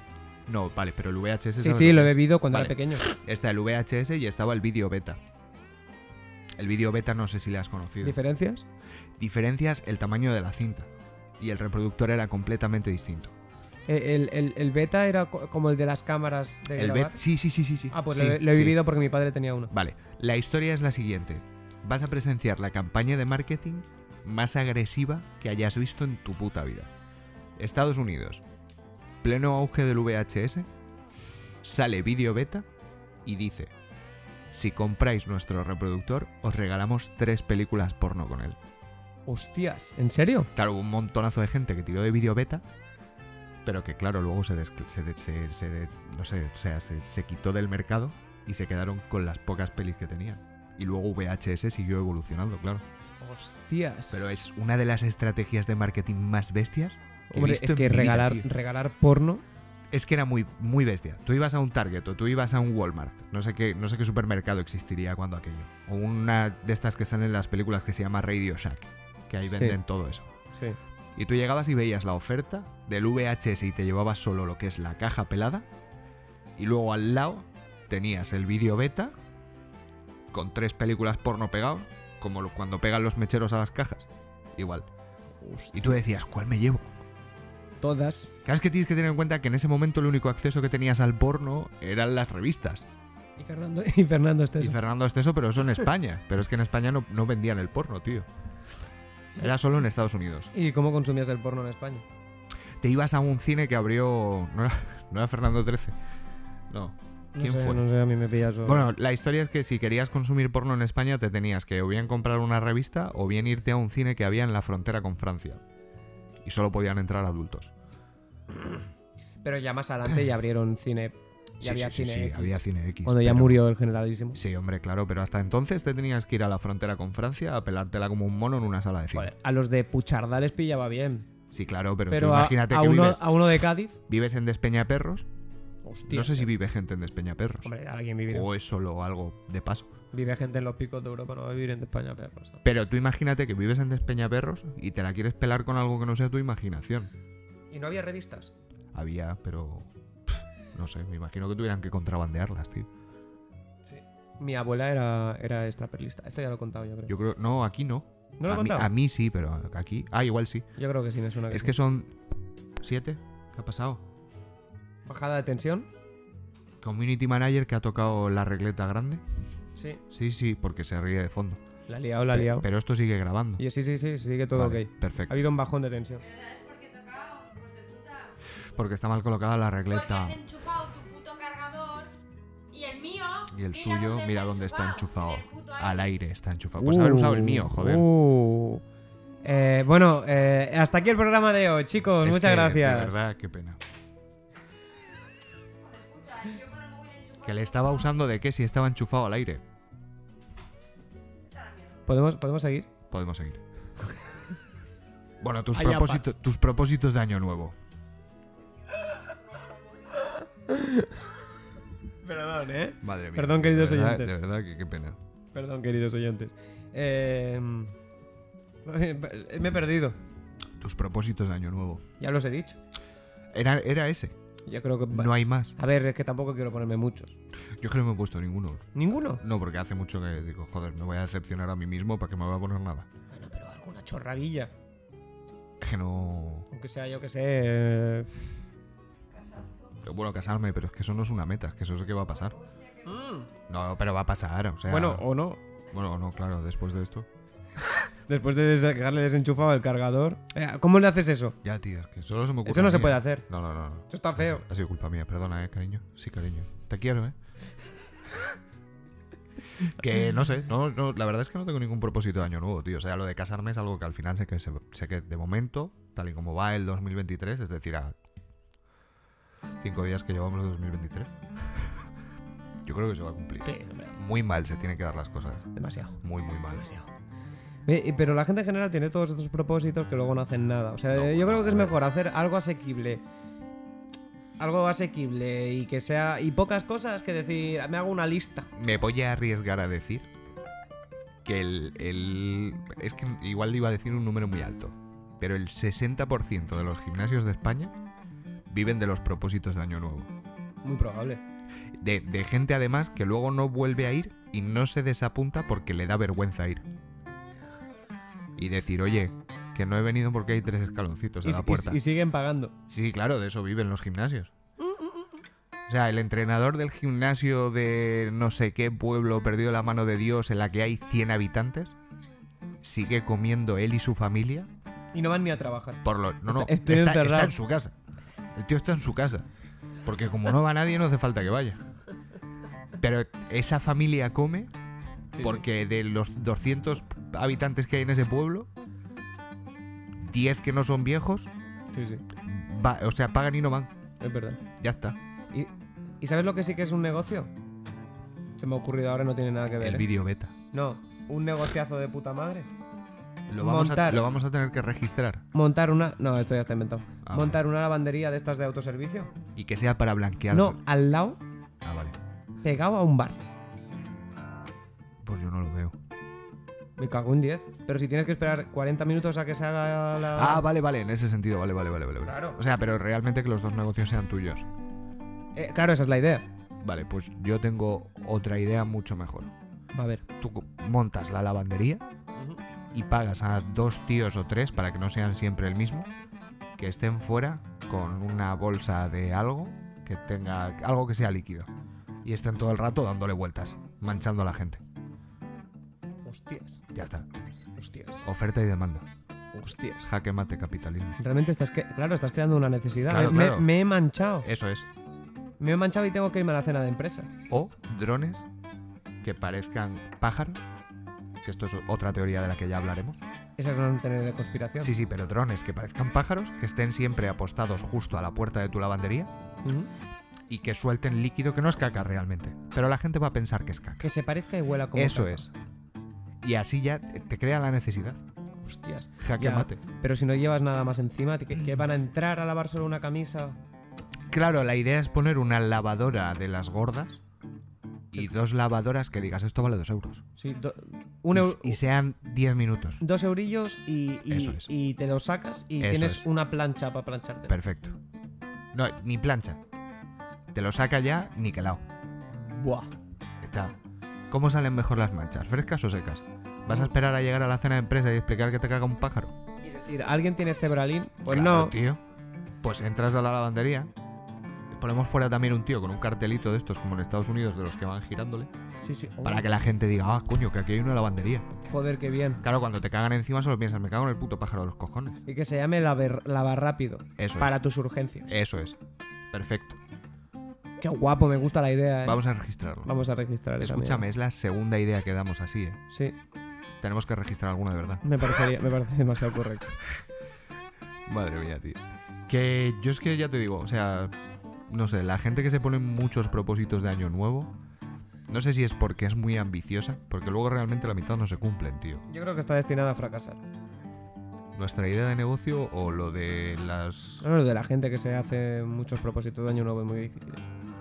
[SPEAKER 2] No, vale, pero el VHS.
[SPEAKER 3] Sí,
[SPEAKER 2] ¿sabes
[SPEAKER 3] sí,
[SPEAKER 2] que
[SPEAKER 3] lo he
[SPEAKER 2] es?
[SPEAKER 3] bebido cuando
[SPEAKER 2] Vale.
[SPEAKER 3] era pequeño.
[SPEAKER 2] Está el VHS y estaba el vídeo beta. El vídeo beta no sé si le has conocido.
[SPEAKER 3] ¿Diferencias?
[SPEAKER 2] Diferencias el tamaño de la cinta. Y el reproductor era completamente distinto.
[SPEAKER 3] Eh, El, el- el beta era co- como el de las cámaras de
[SPEAKER 2] El
[SPEAKER 3] grabar.
[SPEAKER 2] bet- Sí, sí, sí, sí, sí.
[SPEAKER 3] Ah, pues
[SPEAKER 2] Sí,
[SPEAKER 3] lo, he- lo he
[SPEAKER 2] sí.
[SPEAKER 3] vivido porque mi padre tenía uno.
[SPEAKER 2] Vale, la historia es la siguiente. Vas a presenciar la campaña de marketing más agresiva que hayas visto en tu puta vida. Estados Unidos. Pleno auge del VHS. sale vídeo beta y dice, si compráis nuestro reproductor, os regalamos tres películas porno con él.
[SPEAKER 3] Hostias, ¿en serio?
[SPEAKER 2] Claro, hubo un montonazo de gente que tiró de vídeo beta, pero que claro, luego se, des- se de- se- se de- no sé, o sea, se, se quitó del mercado y se quedaron con las pocas pelis que tenían. Y luego VHS siguió evolucionando, claro.
[SPEAKER 3] Hostias.
[SPEAKER 2] Pero es una de las estrategias de marketing más bestias. que he
[SPEAKER 3] Hombre,
[SPEAKER 2] visto
[SPEAKER 3] es
[SPEAKER 2] en mi
[SPEAKER 3] que
[SPEAKER 2] vida,
[SPEAKER 3] regalar,
[SPEAKER 2] tío.
[SPEAKER 3] regalar porno.
[SPEAKER 2] es que era muy, muy bestia. Tú ibas a un Target o tú ibas a un Walmart. No sé qué, no sé qué supermercado existiría cuando aquello. O una de estas que salen en las películas que se llama Radio Shack. Que ahí
[SPEAKER 3] Sí.
[SPEAKER 2] venden todo eso.
[SPEAKER 3] Sí.
[SPEAKER 2] Y tú llegabas y veías la oferta del VHS y te llevabas solo lo que es la caja pelada. Y luego al lado tenías el vídeo beta con tres películas porno pegado, como lo- cuando pegan los mecheros a las cajas. Igual. Y tú decías, ¿cuál me llevo?
[SPEAKER 3] pues, Todas.
[SPEAKER 2] Claro, es que tienes que tener en cuenta que en ese momento el único acceso que tenías al porno eran las revistas.
[SPEAKER 3] Y Fernando, (laughs) y Fernando este
[SPEAKER 2] Y
[SPEAKER 3] Esteso.
[SPEAKER 2] Fernando Esteso, pero eso en España. Pero es que en España no, no vendían el porno, tío. Era solo en Estados Unidos.
[SPEAKER 3] ¿Y cómo consumías el porno en España?
[SPEAKER 2] Te ibas a un cine que abrió. No era, (laughs) no era Fernando XIII. No.
[SPEAKER 3] No
[SPEAKER 2] ¿Quién
[SPEAKER 3] sé,
[SPEAKER 2] fue?
[SPEAKER 3] No sé, a mí me pillas. solo.
[SPEAKER 2] Bueno, la historia es que si querías consumir porno en España, te tenías que o bien comprar una revista o bien irte a un cine que había en la frontera con Francia. Y solo podían entrar adultos.
[SPEAKER 3] Pero ya más adelante ya abrieron cine. Ya
[SPEAKER 2] Sí,
[SPEAKER 3] había
[SPEAKER 2] sí,
[SPEAKER 3] cine.
[SPEAKER 2] sí, sí,
[SPEAKER 3] X,
[SPEAKER 2] había cine X.
[SPEAKER 3] cuando ya
[SPEAKER 2] pero-
[SPEAKER 3] murió el generalísimo.
[SPEAKER 2] Sí, hombre, claro, pero hasta entonces te tenías que ir a la frontera con Francia a pelártela como un mono en una sala de cine.
[SPEAKER 3] Joder, a los de Puchardá les pillaba bien.
[SPEAKER 2] Sí, claro, pero, tú
[SPEAKER 3] Pero a,
[SPEAKER 2] imagínate
[SPEAKER 3] a
[SPEAKER 2] que
[SPEAKER 3] uno,
[SPEAKER 2] vives,
[SPEAKER 3] a uno de Cádiz.
[SPEAKER 2] vives en Despeñaperros.
[SPEAKER 3] Hostia.
[SPEAKER 2] no sé si
[SPEAKER 3] eh.
[SPEAKER 2] vive gente en Despeñaperros.
[SPEAKER 3] Hombre, alguien vive.
[SPEAKER 2] o es solo algo de paso.
[SPEAKER 3] Vive gente en los picos de Europa, no va a vivir en España, pero pasa.
[SPEAKER 2] Pero tú imagínate que vives en Despeñaperros y te la quieres pelar con algo que no sea tu imaginación.
[SPEAKER 3] ¿Y no había revistas?
[SPEAKER 2] Había, pero. pff, No sé, me imagino que tuvieran que contrabandearlas, tío.
[SPEAKER 3] Mi abuela era, era extraperlista. Esto ya lo he contado, yo creo.
[SPEAKER 2] Yo creo. No, aquí no.
[SPEAKER 3] ¿No lo he
[SPEAKER 2] a, mí,
[SPEAKER 3] contado?
[SPEAKER 2] a mí sí, pero aquí. Ah, igual sí.
[SPEAKER 3] Yo creo que sí me suena.
[SPEAKER 2] Es
[SPEAKER 3] sí.
[SPEAKER 2] que son. ¿Siete? ¿Qué ha pasado?
[SPEAKER 3] Bajada de tensión.
[SPEAKER 2] Community manager que ha tocado la regleta grande.
[SPEAKER 3] Sí.
[SPEAKER 2] Sí, sí, porque se ríe de fondo.
[SPEAKER 3] La ha liado, la ha liado.
[SPEAKER 2] Pero esto sigue grabando.
[SPEAKER 3] Y sí, sí, sí, sigue todo
[SPEAKER 2] Vale,
[SPEAKER 3] ok. Ha
[SPEAKER 2] Perfecto.
[SPEAKER 3] habido un bajón de tensión.
[SPEAKER 4] Pero ¿sabes por qué tocaba? Pues de puta.
[SPEAKER 2] Porque está mal colocada la
[SPEAKER 4] Porque
[SPEAKER 2] regleta.
[SPEAKER 4] has enchufado tu puto cargador y el mío.
[SPEAKER 2] Y el
[SPEAKER 4] mira
[SPEAKER 2] suyo,
[SPEAKER 4] dónde
[SPEAKER 2] mira dónde está enchufado.
[SPEAKER 4] en el puto
[SPEAKER 2] Al
[SPEAKER 4] aire.
[SPEAKER 2] aire está enchufado. Pues haber usado el
[SPEAKER 3] Uh,
[SPEAKER 2] mío, joder.
[SPEAKER 3] uh. Eh, bueno, eh, hasta aquí el programa de hoy, chicos.
[SPEAKER 2] Es
[SPEAKER 3] pues Muchas
[SPEAKER 2] que,
[SPEAKER 3] gracias.
[SPEAKER 2] Este, De verdad, qué pena.
[SPEAKER 4] Hijo de puta, y yo con el móvil enchufado.
[SPEAKER 2] Que le estaba usando de qué si estaba enchufado al aire.
[SPEAKER 3] ¿Podemos, ¿Podemos seguir?
[SPEAKER 2] Podemos seguir. Bueno, tus,
[SPEAKER 3] Haya
[SPEAKER 2] propósito- tus propósitos de año nuevo.
[SPEAKER 3] Perdón, ¿eh?
[SPEAKER 2] Madre mía.
[SPEAKER 3] Perdón,
[SPEAKER 2] de
[SPEAKER 3] queridos
[SPEAKER 2] verdad-
[SPEAKER 3] oyentes.
[SPEAKER 2] De verdad, que qué pena.
[SPEAKER 3] Perdón, queridos oyentes. Eh, (laughs) me he perdido.
[SPEAKER 2] Tus propósitos de año nuevo.
[SPEAKER 3] Ya los he dicho.
[SPEAKER 2] Era, era ese.
[SPEAKER 3] Yo creo que...
[SPEAKER 2] No hay más.
[SPEAKER 3] A ver, es que tampoco quiero ponerme muchos.
[SPEAKER 2] Yo creo que no me he puesto ninguno.
[SPEAKER 3] ¿Ninguno?
[SPEAKER 2] No, porque hace mucho que digo, joder, me voy a decepcionar a mí mismo para que me voy a poner nada.
[SPEAKER 3] Bueno, pero alguna chorradilla.
[SPEAKER 2] Es que no.
[SPEAKER 3] Aunque sea, yo que sé... eh,
[SPEAKER 2] Bueno, casarme, pero es que eso no es una meta, es que eso es lo que va a pasar. No, pero va a pasar, o sea.
[SPEAKER 3] Mm. Bueno, o no.
[SPEAKER 2] bueno, no, claro, después de esto.
[SPEAKER 3] Después de dejarle desenchufado el cargador... Eh, ¿Cómo le haces eso?
[SPEAKER 2] Ya, tío, es que solo se me ocurre.
[SPEAKER 3] Eso
[SPEAKER 2] a
[SPEAKER 3] no se
[SPEAKER 2] mí.
[SPEAKER 3] puede hacer.
[SPEAKER 2] No, no, no. no.
[SPEAKER 3] Esto está feo.
[SPEAKER 2] Ha sido culpa mía, perdona, eh, cariño. Sí, cariño. Te quiero, eh. que no sé, no, no, la verdad es que no tengo ningún propósito de año nuevo, tío. O sea, lo de casarme es algo que al final sé que, se- sé que de momento, tal y como va el 2023, es decir, a cinco días que llevamos el 2023, yo creo que se va a cumplir.
[SPEAKER 3] Sí, hombre, Pues
[SPEAKER 2] Muy mal se tienen que dar las cosas.
[SPEAKER 3] demasiado.
[SPEAKER 2] Muy, muy mal.
[SPEAKER 3] Eh, eh, Pero la gente en general tiene todos estos propósitos que luego no hacen nada. O sea,
[SPEAKER 2] No,
[SPEAKER 3] eh, yo
[SPEAKER 2] bueno,
[SPEAKER 3] creo que es
[SPEAKER 2] a ver.
[SPEAKER 3] mejor hacer algo asequible. Algo asequible y que sea. Y pocas cosas que decir, me hago una lista.
[SPEAKER 2] Me voy a arriesgar a decir que el, el- Es que igual iba a decir un número muy alto, pero el 60% de los gimnasios de España viven de los propósitos de Año Nuevo.
[SPEAKER 3] Muy probable.
[SPEAKER 2] De, de gente además que luego no vuelve a ir y no se desapunta porque le da vergüenza ir. Y decir, oye, que no he venido porque hay tres escaloncitos
[SPEAKER 3] Y,
[SPEAKER 2] en Pues la
[SPEAKER 3] si- y-
[SPEAKER 2] puerta.
[SPEAKER 3] y siguen pagando.
[SPEAKER 2] Sí, claro, de eso viven los gimnasios. O sea, el entrenador del gimnasio de no sé qué pueblo perdido la mano de Dios en la que hay 100 habitantes sigue comiendo él y su familia
[SPEAKER 3] Y no van ni a trabajar.
[SPEAKER 2] por lo no no
[SPEAKER 3] Está- estoy
[SPEAKER 2] está, está
[SPEAKER 3] encerrado.
[SPEAKER 2] en su casa. El tío está en su casa. Porque como no va nadie, no hace falta que vaya. Pero esa familia come porque de los 200 habitantes que hay en ese pueblo, 10 que no son viejos,
[SPEAKER 3] Sí, sí,
[SPEAKER 2] va- o sea, pagan y no van.
[SPEAKER 3] es verdad.
[SPEAKER 2] Ya está.
[SPEAKER 3] ¿Y, y sabes lo que sí que es un negocio? Se me ha ocurrido ahora, no tiene nada que ver.
[SPEAKER 2] El
[SPEAKER 3] ¿eh?
[SPEAKER 2] vídeo beta.
[SPEAKER 3] No, un negociazo de puta madre.
[SPEAKER 2] Lo vamos, a,
[SPEAKER 3] Montar.
[SPEAKER 2] lo vamos a tener que registrar.
[SPEAKER 3] Montar una. No, esto ya está inventado.
[SPEAKER 2] Ah,
[SPEAKER 3] Montar una lavandería de estas de autoservicio.
[SPEAKER 2] Y que sea para blanquear.
[SPEAKER 3] No, al lado,
[SPEAKER 2] Ah, vale.
[SPEAKER 3] pegado a un bar.
[SPEAKER 2] Pues yo no lo veo.
[SPEAKER 3] Me cago en 10. Pero si tienes que esperar 40 minutos a que se haga la.
[SPEAKER 2] Ah, vale, vale, en ese sentido, vale, vale, vale, vale. vale.
[SPEAKER 3] Claro.
[SPEAKER 2] O sea, pero realmente que los dos negocios sean tuyos.
[SPEAKER 3] Eh, claro, esa es la idea.
[SPEAKER 2] Vale, pues yo tengo otra idea mucho mejor.
[SPEAKER 3] Va a ver.
[SPEAKER 2] Tú co- montas la lavandería y pagas a dos tíos o tres para que no sean siempre el mismo, que estén fuera con una bolsa de algo que tenga algo que sea líquido y estén todo el rato dándole vueltas, manchando a la gente.
[SPEAKER 3] Hostias,
[SPEAKER 2] Ya está.
[SPEAKER 3] hostias,
[SPEAKER 2] Oferta y demanda.
[SPEAKER 3] hostias.
[SPEAKER 2] Jaque mate capitalismo.
[SPEAKER 3] Realmente estás, que... claro, estás creando una necesidad. Eh,
[SPEAKER 2] Claro,
[SPEAKER 3] me,
[SPEAKER 2] claro.
[SPEAKER 3] me he manchado.
[SPEAKER 2] Eso es.
[SPEAKER 3] Me he manchado y tengo que irme a la cena de empresa.
[SPEAKER 2] o drones que parezcan pájaros. Que esto es otra teoría de la que ya hablaremos.
[SPEAKER 3] Esa es una teoría de conspiración.
[SPEAKER 2] Sí, sí, pero drones que parezcan pájaros, que estén siempre apostados justo a la puerta de tu lavandería
[SPEAKER 3] Ujú.
[SPEAKER 2] y que suelten líquido que no es caca realmente. Pero la gente va a pensar que es caca.
[SPEAKER 3] Que se parezca y huela como.
[SPEAKER 2] Eso
[SPEAKER 3] caca.
[SPEAKER 2] es. Y así ya te crea la necesidad.
[SPEAKER 3] Hostias.
[SPEAKER 2] Jaque
[SPEAKER 3] Ya,
[SPEAKER 2] mate.
[SPEAKER 3] Pero si no llevas nada más encima, que, que
[SPEAKER 2] Mm.
[SPEAKER 3] van a entrar a lavar solo una camisa.
[SPEAKER 2] Claro, la idea es poner una lavadora de las gordas y dos lavadoras que digas esto vale dos euros.
[SPEAKER 3] Sí, do- un
[SPEAKER 2] Y-
[SPEAKER 3] euro-
[SPEAKER 2] y, sean 10 minutos.
[SPEAKER 3] dos eurillos y, y-
[SPEAKER 2] Eso es.
[SPEAKER 3] y te lo sacas y
[SPEAKER 2] Eso
[SPEAKER 3] tienes
[SPEAKER 2] es.
[SPEAKER 3] una plancha para plancharte.
[SPEAKER 2] Perfecto. No, ni plancha. Te lo saca ya niquelado.
[SPEAKER 3] Buah.
[SPEAKER 2] Está. ¿Cómo salen mejor las manchas? ¿Frescas o secas? ¿Vas a esperar a llegar a la cena de empresa y explicar que te caga un pájaro?
[SPEAKER 3] Y decir, ¿alguien tiene cebralín? Pues
[SPEAKER 2] Claro,
[SPEAKER 3] no.
[SPEAKER 2] tío. Pues entras a la lavandería. Ponemos fuera también un tío con un cartelito de estos, como en Estados Unidos, de los que van girándole.
[SPEAKER 3] Sí, sí. Oh,
[SPEAKER 2] Para que la gente diga, ah, coño, que aquí hay una lavandería.
[SPEAKER 3] Joder, qué bien.
[SPEAKER 2] Claro, cuando te cagan encima solo piensas, me cago en el puto pájaro de los cojones.
[SPEAKER 3] Y que se llame lavar, lavar rápido.
[SPEAKER 2] Eso
[SPEAKER 3] Para tus urgencias.
[SPEAKER 2] es. Eso es. Perfecto.
[SPEAKER 3] Qué guapo, me gusta la idea. ¿eh?
[SPEAKER 2] Vamos a registrarlo.
[SPEAKER 3] Vamos a registrar esa
[SPEAKER 2] Escúchame, es la segunda idea que damos así, ¿eh?
[SPEAKER 3] mierda. Sí,
[SPEAKER 2] Tenemos que registrar alguna de verdad.
[SPEAKER 3] me, parecería, me parece demasiado correcto.
[SPEAKER 2] Madre mía, tío. Que yo es que ya te digo, o sea, no sé, la gente que se pone muchos propósitos de año nuevo, no sé si es porque es muy ambiciosa, porque luego realmente la mitad no se cumplen, tío.
[SPEAKER 3] Yo creo que está destinada a fracasar.
[SPEAKER 2] Nuestra idea de negocio o lo de las...
[SPEAKER 3] No, lo de la gente que se hace muchos propósitos de año nuevo es muy difícil.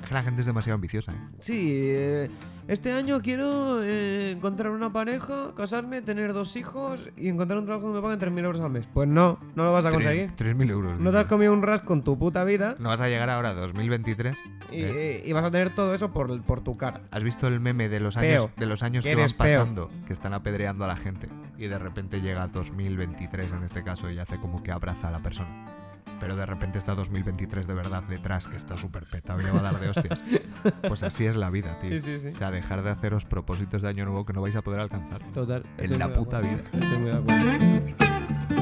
[SPEAKER 2] Es que la gente es demasiado ambiciosa, ¿eh?
[SPEAKER 3] Sí, eh, este año quiero eh, encontrar una pareja, casarme, tener dos hijos y encontrar un trabajo que me paguen 3.000 euros al mes. Pues no, no lo vas a conseguir.
[SPEAKER 2] Tres- 3.000 euros.
[SPEAKER 3] No te has
[SPEAKER 2] dice.
[SPEAKER 3] comido un rasco en tu puta vida
[SPEAKER 2] No vas a llegar ahora a 2023.
[SPEAKER 3] y,
[SPEAKER 2] Eh.
[SPEAKER 3] y- y vas a tener todo eso por, por tu cara.
[SPEAKER 2] ¿Has visto el meme de los
[SPEAKER 3] Feo.
[SPEAKER 2] años, de los años
[SPEAKER 3] Que
[SPEAKER 2] que van
[SPEAKER 3] eres feo.
[SPEAKER 2] pasando? Que están apedreando a la gente. Y de repente llega 2023 en este caso y hace como que abraza a la persona. Pero de repente está 2023 de verdad detrás, que está súper petado y le va a dar de hostias. Pues así es la vida, tío.
[SPEAKER 3] Sí, sí, sí.
[SPEAKER 2] O sea, dejar de haceros propósitos de año nuevo que no vais a poder alcanzar.
[SPEAKER 3] Total.
[SPEAKER 2] En
[SPEAKER 3] estoy
[SPEAKER 2] la
[SPEAKER 3] muy de
[SPEAKER 2] puta
[SPEAKER 3] acuerdo.
[SPEAKER 2] vida.
[SPEAKER 3] Estoy muy de acuerdo.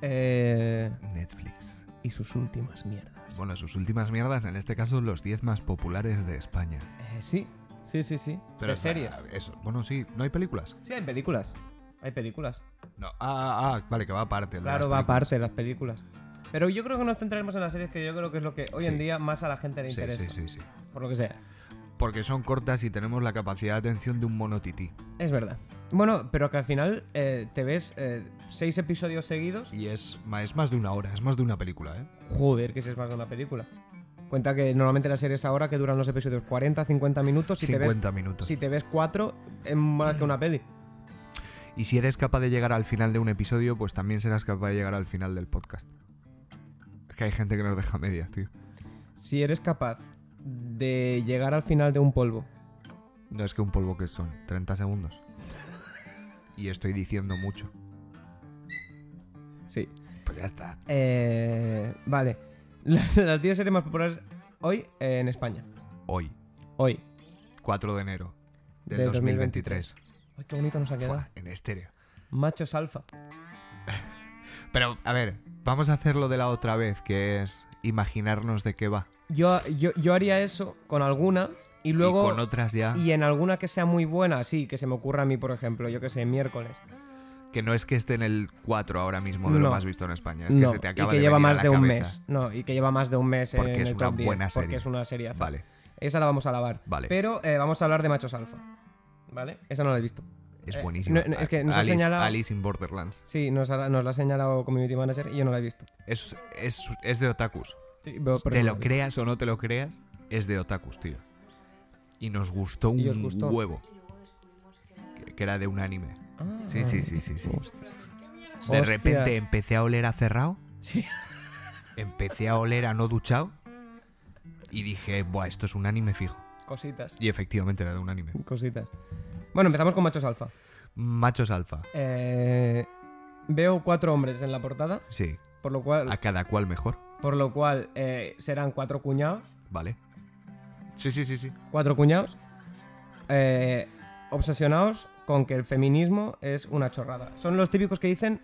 [SPEAKER 3] Eh,
[SPEAKER 2] Netflix.
[SPEAKER 3] y sus últimas mierdas.
[SPEAKER 2] Bueno, sus últimas mierdas, en este caso los 10 más populares de España.
[SPEAKER 3] Eh, sí, sí, sí, sí.
[SPEAKER 2] Pero
[SPEAKER 3] de series.
[SPEAKER 2] Eso. Bueno, sí, ¿no hay películas?
[SPEAKER 3] Sí, hay películas. Hay películas.
[SPEAKER 2] No. Ah, ah, ah, vale, que va aparte. el de
[SPEAKER 3] Claro,
[SPEAKER 2] las
[SPEAKER 3] va
[SPEAKER 2] películas.
[SPEAKER 3] aparte las películas. Pero yo creo que nos centraremos en las series que yo creo que es lo que hoy en
[SPEAKER 2] Sí.
[SPEAKER 3] día más a la gente le
[SPEAKER 2] Sí,
[SPEAKER 3] interesa.
[SPEAKER 2] sí, sí, sí.
[SPEAKER 3] Por lo que sea.
[SPEAKER 2] Porque son cortas y tenemos la capacidad de atención de un monotití.
[SPEAKER 3] Es verdad. Bueno, pero que al final eh, te ves eh, seis episodios seguidos.
[SPEAKER 2] Y es, ma- es más de una hora, es más de una película, ¿eh?
[SPEAKER 3] Joder, que si es más de una película. Cuenta que normalmente las series ahora que duran los episodios 40, 50 minutos. Si, te,
[SPEAKER 2] 50
[SPEAKER 3] ves,
[SPEAKER 2] minutos.
[SPEAKER 3] si te ves cuatro, es más que una peli.
[SPEAKER 2] Y si eres capaz de llegar al final de un episodio, pues también serás capaz de llegar al final del podcast. Es que hay gente que nos deja medias, tío.
[SPEAKER 3] Si eres capaz de llegar al final de un polvo.
[SPEAKER 2] No es que un polvo que son 30 segundos. Y estoy diciendo mucho.
[SPEAKER 3] Sí.
[SPEAKER 2] Pues ya está.
[SPEAKER 3] Eh, vale. (laughs) Las 10 series más populares hoy eh, en España.
[SPEAKER 2] Hoy,
[SPEAKER 3] Hoy.
[SPEAKER 2] 4 de enero. del,
[SPEAKER 3] Del
[SPEAKER 2] 2023.
[SPEAKER 3] Ay, qué bonito nos ha quedado.
[SPEAKER 2] Fua, en estéreo.
[SPEAKER 3] Machos alfa.
[SPEAKER 2] Pero, a ver, vamos a hacerlo de la otra vez, que es imaginarnos de qué va.
[SPEAKER 3] Yo, yo, yo haría eso con alguna y luego.
[SPEAKER 2] y con otras ya,
[SPEAKER 3] y en alguna que sea muy buena, sí, que se me ocurra a mí, por ejemplo, yo que sé, miércoles.
[SPEAKER 2] que no es que esté en el 4 ahora mismo de lo
[SPEAKER 3] No.
[SPEAKER 2] más visto en España, es que
[SPEAKER 3] no,
[SPEAKER 2] se te acaba
[SPEAKER 3] y que
[SPEAKER 2] de
[SPEAKER 3] lleva
[SPEAKER 2] venir a
[SPEAKER 3] más
[SPEAKER 2] la
[SPEAKER 3] de un
[SPEAKER 2] cabeza.
[SPEAKER 3] mes. No, y que lleva más de un mes
[SPEAKER 2] Porque
[SPEAKER 3] en
[SPEAKER 2] es
[SPEAKER 3] el
[SPEAKER 2] una
[SPEAKER 3] top 10,
[SPEAKER 2] buena serie.
[SPEAKER 3] Porque es una serie.
[SPEAKER 2] Vale.
[SPEAKER 3] Esa la vamos a lavar.
[SPEAKER 2] Vale.
[SPEAKER 3] Pero eh, vamos a hablar de machos alfa. ¿Vale? Esa no la he visto.
[SPEAKER 2] Es
[SPEAKER 3] Eh,
[SPEAKER 2] buenísimo.
[SPEAKER 3] no, no, es que nos ha
[SPEAKER 2] Alice,
[SPEAKER 3] señalado-
[SPEAKER 2] Alice in Borderlands.
[SPEAKER 3] Sí, nos, ha- nos la ha señalado Community Manager y yo no la he visto.
[SPEAKER 2] Es, es, es de otakus.
[SPEAKER 3] Sí, veo- pero
[SPEAKER 2] te
[SPEAKER 3] no
[SPEAKER 2] lo
[SPEAKER 3] la he visto.
[SPEAKER 2] creas o no te lo creas, es de otakus, tío. Y nos gustó un
[SPEAKER 3] Y os gustó.
[SPEAKER 2] huevo. Que- Que era de un anime.
[SPEAKER 3] Ah.
[SPEAKER 2] Sí, sí, sí, sí. sí.
[SPEAKER 3] Host-
[SPEAKER 2] De
[SPEAKER 3] Hostias.
[SPEAKER 2] repente empecé a oler a cerrado,
[SPEAKER 3] (laughs) Sí.
[SPEAKER 2] empecé a oler a no duchado y dije, buah, esto es un anime fijo.
[SPEAKER 3] Cositas.
[SPEAKER 2] Y efectivamente era de un anime.
[SPEAKER 3] Cositas. Bueno, empezamos con machos alfa.
[SPEAKER 2] Machos alfa.
[SPEAKER 3] Eh, veo cuatro hombres en la portada,
[SPEAKER 2] Sí,
[SPEAKER 3] por lo cual,
[SPEAKER 2] a cada cual mejor,
[SPEAKER 3] por lo cual eh, serán cuatro cuñados.
[SPEAKER 2] ¿vale? Sí, sí, sí, sí.
[SPEAKER 3] Cuatro cuñados. eh, obsesionados con que el feminismo es una chorrada. Son los típicos que dicen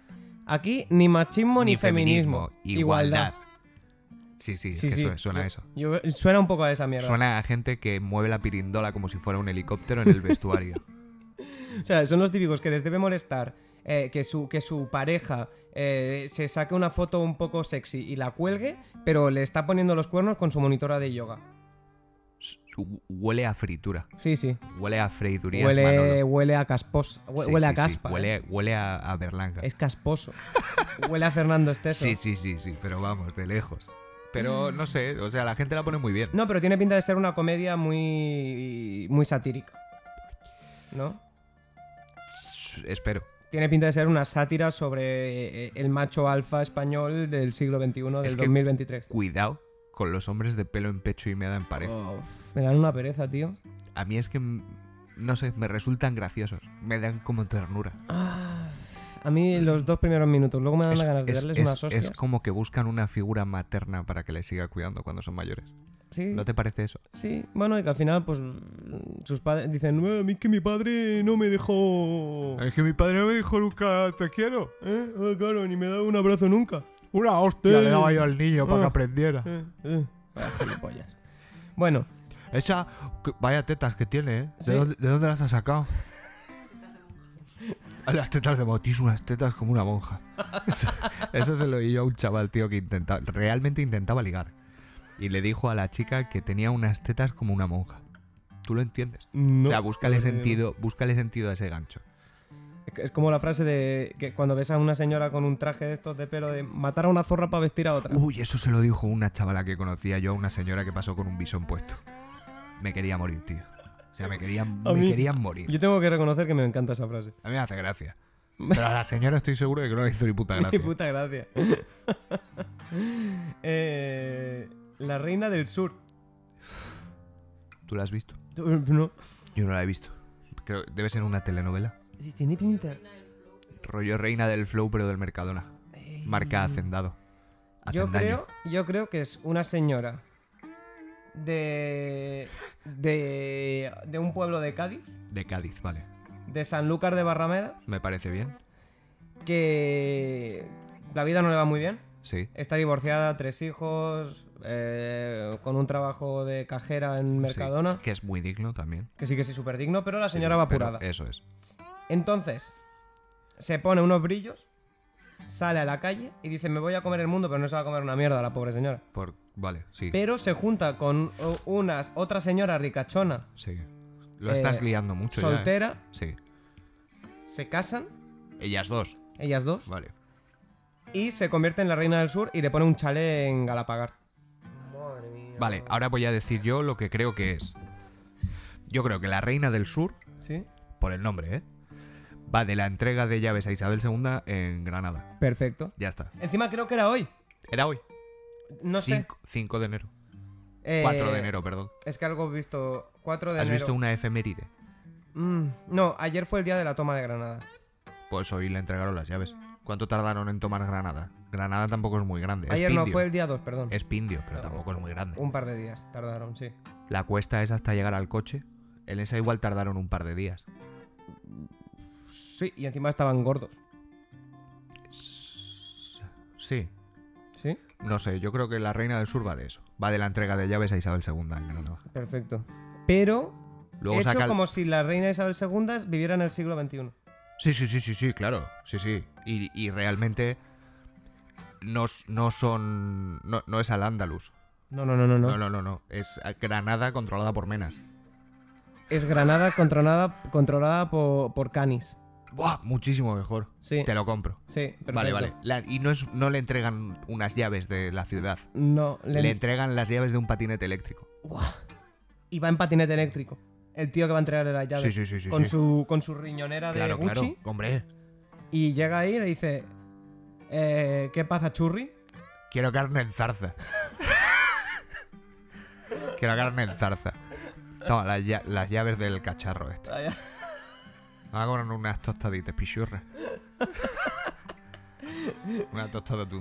[SPEAKER 3] aquí ni machismo ni, feminismo.
[SPEAKER 2] Igualdad. Sí, sí, es
[SPEAKER 3] Sí,
[SPEAKER 2] que
[SPEAKER 3] sí.
[SPEAKER 2] suena, suena
[SPEAKER 3] Yo-
[SPEAKER 2] eso.
[SPEAKER 3] yo- suena un poco a esa mierda.
[SPEAKER 2] Suena a gente que mueve la pirindola como si fuera un helicóptero en el
[SPEAKER 3] (laughs)
[SPEAKER 2] vestuario.
[SPEAKER 3] O sea, son los típicos que les debe molestar eh, que, su, que su pareja eh, se saque una foto un poco sexy y la cuelgue, pero le está poniendo los cuernos con su monitora de yoga.
[SPEAKER 2] S- hu- Huele a fritura.
[SPEAKER 3] Sí, sí.
[SPEAKER 2] Huele a freidurías
[SPEAKER 3] Huele,
[SPEAKER 2] Manolo.
[SPEAKER 3] huele a caspos. hue-
[SPEAKER 2] Sí, sí,
[SPEAKER 3] huele a
[SPEAKER 2] sí,
[SPEAKER 3] caspa. ¿eh?
[SPEAKER 2] Huele, huele a, a berlanga.
[SPEAKER 3] Es casposo. (laughs) huele a Fernando Esteso.
[SPEAKER 2] Sí, sí, sí, sí, pero vamos, de lejos. Pero no sé, o sea, la gente la pone muy bien.
[SPEAKER 3] No, pero tiene pinta de ser una comedia muy. muy satírica. ¿No?
[SPEAKER 2] S- Espero.
[SPEAKER 3] Tiene pinta de ser una sátira sobre eh, el macho alfa español del siglo XXI, del
[SPEAKER 2] Es que-
[SPEAKER 3] 2023.
[SPEAKER 2] Cuidado con los hombres de pelo en pecho y meada en pared.
[SPEAKER 3] Uf, me dan una pereza, tío.
[SPEAKER 2] A mí es que, mm, no sé, me resultan graciosos. Me dan como ternura.
[SPEAKER 3] Ah, a mí los dos primeros minutos, luego me dan
[SPEAKER 2] Es,
[SPEAKER 3] ganas de
[SPEAKER 2] es-
[SPEAKER 3] darles
[SPEAKER 2] es-
[SPEAKER 3] unas hostias.
[SPEAKER 2] es como que buscan una figura materna para que les siga cuidando cuando son mayores.
[SPEAKER 3] sí,
[SPEAKER 2] ¿No te parece eso?
[SPEAKER 3] sí, bueno, y que al final, pues, sus padres dicen, "Eh, a mí que mi padre no me dejó...
[SPEAKER 2] que mi padre me dijo nunca te quiero.
[SPEAKER 3] ¿Eh? Ah, claro, ni me da un abrazo nunca.
[SPEAKER 2] Una
[SPEAKER 3] hostia le daba yo
[SPEAKER 2] al niño
[SPEAKER 3] para que
[SPEAKER 2] aprendiera.
[SPEAKER 3] Eh, eh.
[SPEAKER 2] Ah,
[SPEAKER 3] Vaya gilipollas. Bueno,
[SPEAKER 2] Esa, que- vaya tetas que tiene, ¿eh?
[SPEAKER 3] Sí.
[SPEAKER 2] dónde, dónde las has sacado? Las tetas de bautismo, unas tetas como una monja. (laughs) Eso, eso se lo oí yo a un chaval, tío, que intenta, realmente intentaba ligar. Y le dijo a la chica que tenía unas tetas como una monja. ¿Tú lo entiendes?
[SPEAKER 3] no.
[SPEAKER 2] o sea, búscale
[SPEAKER 3] la verdad que
[SPEAKER 2] sentido, búscale sentido a ese gancho.
[SPEAKER 3] no. Es como la frase de que cuando ves a una señora con un traje de estos de pelo de matar a una zorra para vestir a otra.
[SPEAKER 2] Uy, eso se lo dijo una chavala que conocía yo a una señora que pasó con un bisón puesto. Me quería morir, tío. O sea, me querían,
[SPEAKER 3] A
[SPEAKER 2] me
[SPEAKER 3] mí-
[SPEAKER 2] querían morir.
[SPEAKER 3] Yo tengo que reconocer que me encanta esa frase. (laughs)
[SPEAKER 2] A mí me hace gracia. Pero a la señora estoy seguro de que no le hizo ni puta
[SPEAKER 3] Qué
[SPEAKER 2] gracia.
[SPEAKER 3] puta gracia. (laughs) Eh, la reina del sur. (laughs)
[SPEAKER 2] ¿Tú la has visto?
[SPEAKER 3] No.
[SPEAKER 2] Yo no la he visto. Creo, debe ser una telenovela.
[SPEAKER 3] Tiene pinta.
[SPEAKER 2] Rollo reina del flow, pero del Mercadona. Marca Hacendado.
[SPEAKER 3] Eh. Yo
[SPEAKER 2] Hacendaño.
[SPEAKER 3] creo, yo creo que es una señora de, de. de un pueblo de Cádiz,
[SPEAKER 2] De Cádiz, vale.
[SPEAKER 3] de Sanlúcar de Barrameda,
[SPEAKER 2] Me parece bien.
[SPEAKER 3] que la vida no le va muy bien.
[SPEAKER 2] Sí.
[SPEAKER 3] Está divorciada, tres hijos, eh, con un trabajo de cajera en Mercadona,
[SPEAKER 2] Sí, Que es muy digno también.
[SPEAKER 3] que sí que sí, súper digno, pero la
[SPEAKER 2] Sí,
[SPEAKER 3] señora
[SPEAKER 2] sí,
[SPEAKER 3] va
[SPEAKER 2] pero eh,
[SPEAKER 3] apurada.
[SPEAKER 2] Eso es.
[SPEAKER 3] Entonces, se pone unos brillos, sale a la calle y dice, me voy a comer el mundo, pero no se va a comer una mierda la pobre señora.
[SPEAKER 2] Por... Vale, sí.
[SPEAKER 3] Pero se junta con o- unas, otra señora ricachona,
[SPEAKER 2] Sí. Lo
[SPEAKER 3] Eh,
[SPEAKER 2] estás liando mucho ya, ¿eh?
[SPEAKER 3] soltera,
[SPEAKER 2] Sí.
[SPEAKER 3] se casan,
[SPEAKER 2] Ellas dos.
[SPEAKER 3] ellas dos,
[SPEAKER 2] Vale.
[SPEAKER 3] y se convierte en la reina del sur y le pone un chale en Galapagar. Madre mía.
[SPEAKER 2] Vale, ahora voy a decir yo lo que creo que es. Yo creo que la reina del sur,
[SPEAKER 3] ¿Sí?
[SPEAKER 2] por el nombre, ¿eh? Va de la entrega de llaves a Isabel II en Granada.
[SPEAKER 3] Perfecto.
[SPEAKER 2] Ya está.
[SPEAKER 3] Encima creo que era hoy.
[SPEAKER 2] Era hoy.
[SPEAKER 3] No sé.
[SPEAKER 2] 5, de enero.
[SPEAKER 3] Eh,
[SPEAKER 2] 4 de enero, perdón.
[SPEAKER 3] Es que algo he visto. 4 de
[SPEAKER 2] ¿Has
[SPEAKER 3] enero.
[SPEAKER 2] visto una efeméride?
[SPEAKER 3] Mm, no, ayer fue el día de la toma de Granada.
[SPEAKER 2] Pues hoy le entregaron las llaves. ¿Cuánto tardaron en tomar Granada? Granada tampoco es muy grande.
[SPEAKER 3] ayer
[SPEAKER 2] es
[SPEAKER 3] no,
[SPEAKER 2] Pindio.
[SPEAKER 3] fue el día 2, perdón.
[SPEAKER 2] Es Pindio, pero
[SPEAKER 3] No,
[SPEAKER 2] tampoco es muy grande.
[SPEAKER 3] Un par de días tardaron, sí.
[SPEAKER 2] La cuesta es hasta llegar al coche En esa igual tardaron un par de días.
[SPEAKER 3] Sí, y encima estaban gordos.
[SPEAKER 2] Sí.
[SPEAKER 3] Sí,
[SPEAKER 2] No sé, yo creo que la reina del sur va de eso. Va de la entrega de llaves a Isabel II en Granada.
[SPEAKER 3] perfecto. Pero
[SPEAKER 2] Luego
[SPEAKER 3] hecho
[SPEAKER 2] saca el-
[SPEAKER 3] como si la reina Isabel II viviera en el siglo XXI.
[SPEAKER 2] Sí, sí, sí, sí, sí, claro. Sí, sí. Y, y realmente no, s- no son. No, no es al Andalus.
[SPEAKER 3] No, no, no, no, no.
[SPEAKER 2] No, no, no, no. Es a Granada controlada por Menas.
[SPEAKER 3] Es Granada controlada, controlada po- por, Canis.
[SPEAKER 2] Buah, muchísimo mejor.
[SPEAKER 3] Sí.
[SPEAKER 2] Te lo compro.
[SPEAKER 3] Sí, perfecto.
[SPEAKER 2] Vale, vale. La- y no, es, no le entregan unas llaves de la ciudad.
[SPEAKER 3] No, le-
[SPEAKER 2] Le... entregan las llaves de un patinete eléctrico.
[SPEAKER 3] Buah. Y va en patinete eléctrico. El tío que va a entregarle las llaves.
[SPEAKER 2] Sí, sí, sí, sí.
[SPEAKER 3] con,
[SPEAKER 2] sí.
[SPEAKER 3] Su, con su riñonera
[SPEAKER 2] Claro,
[SPEAKER 3] de Gucci.
[SPEAKER 2] claro. Hombre,
[SPEAKER 3] Y llega ahí y le dice: eh, ¿Qué pasa, churri?
[SPEAKER 2] quiero carne en
[SPEAKER 3] (laughs)
[SPEAKER 2] zarza. quiero carne en zarza. Toma, las, lla- las llaves del cacharro este. Me va a cobrar unas tostaditas, pichurras.
[SPEAKER 3] (laughs)
[SPEAKER 2] Una tostada tú.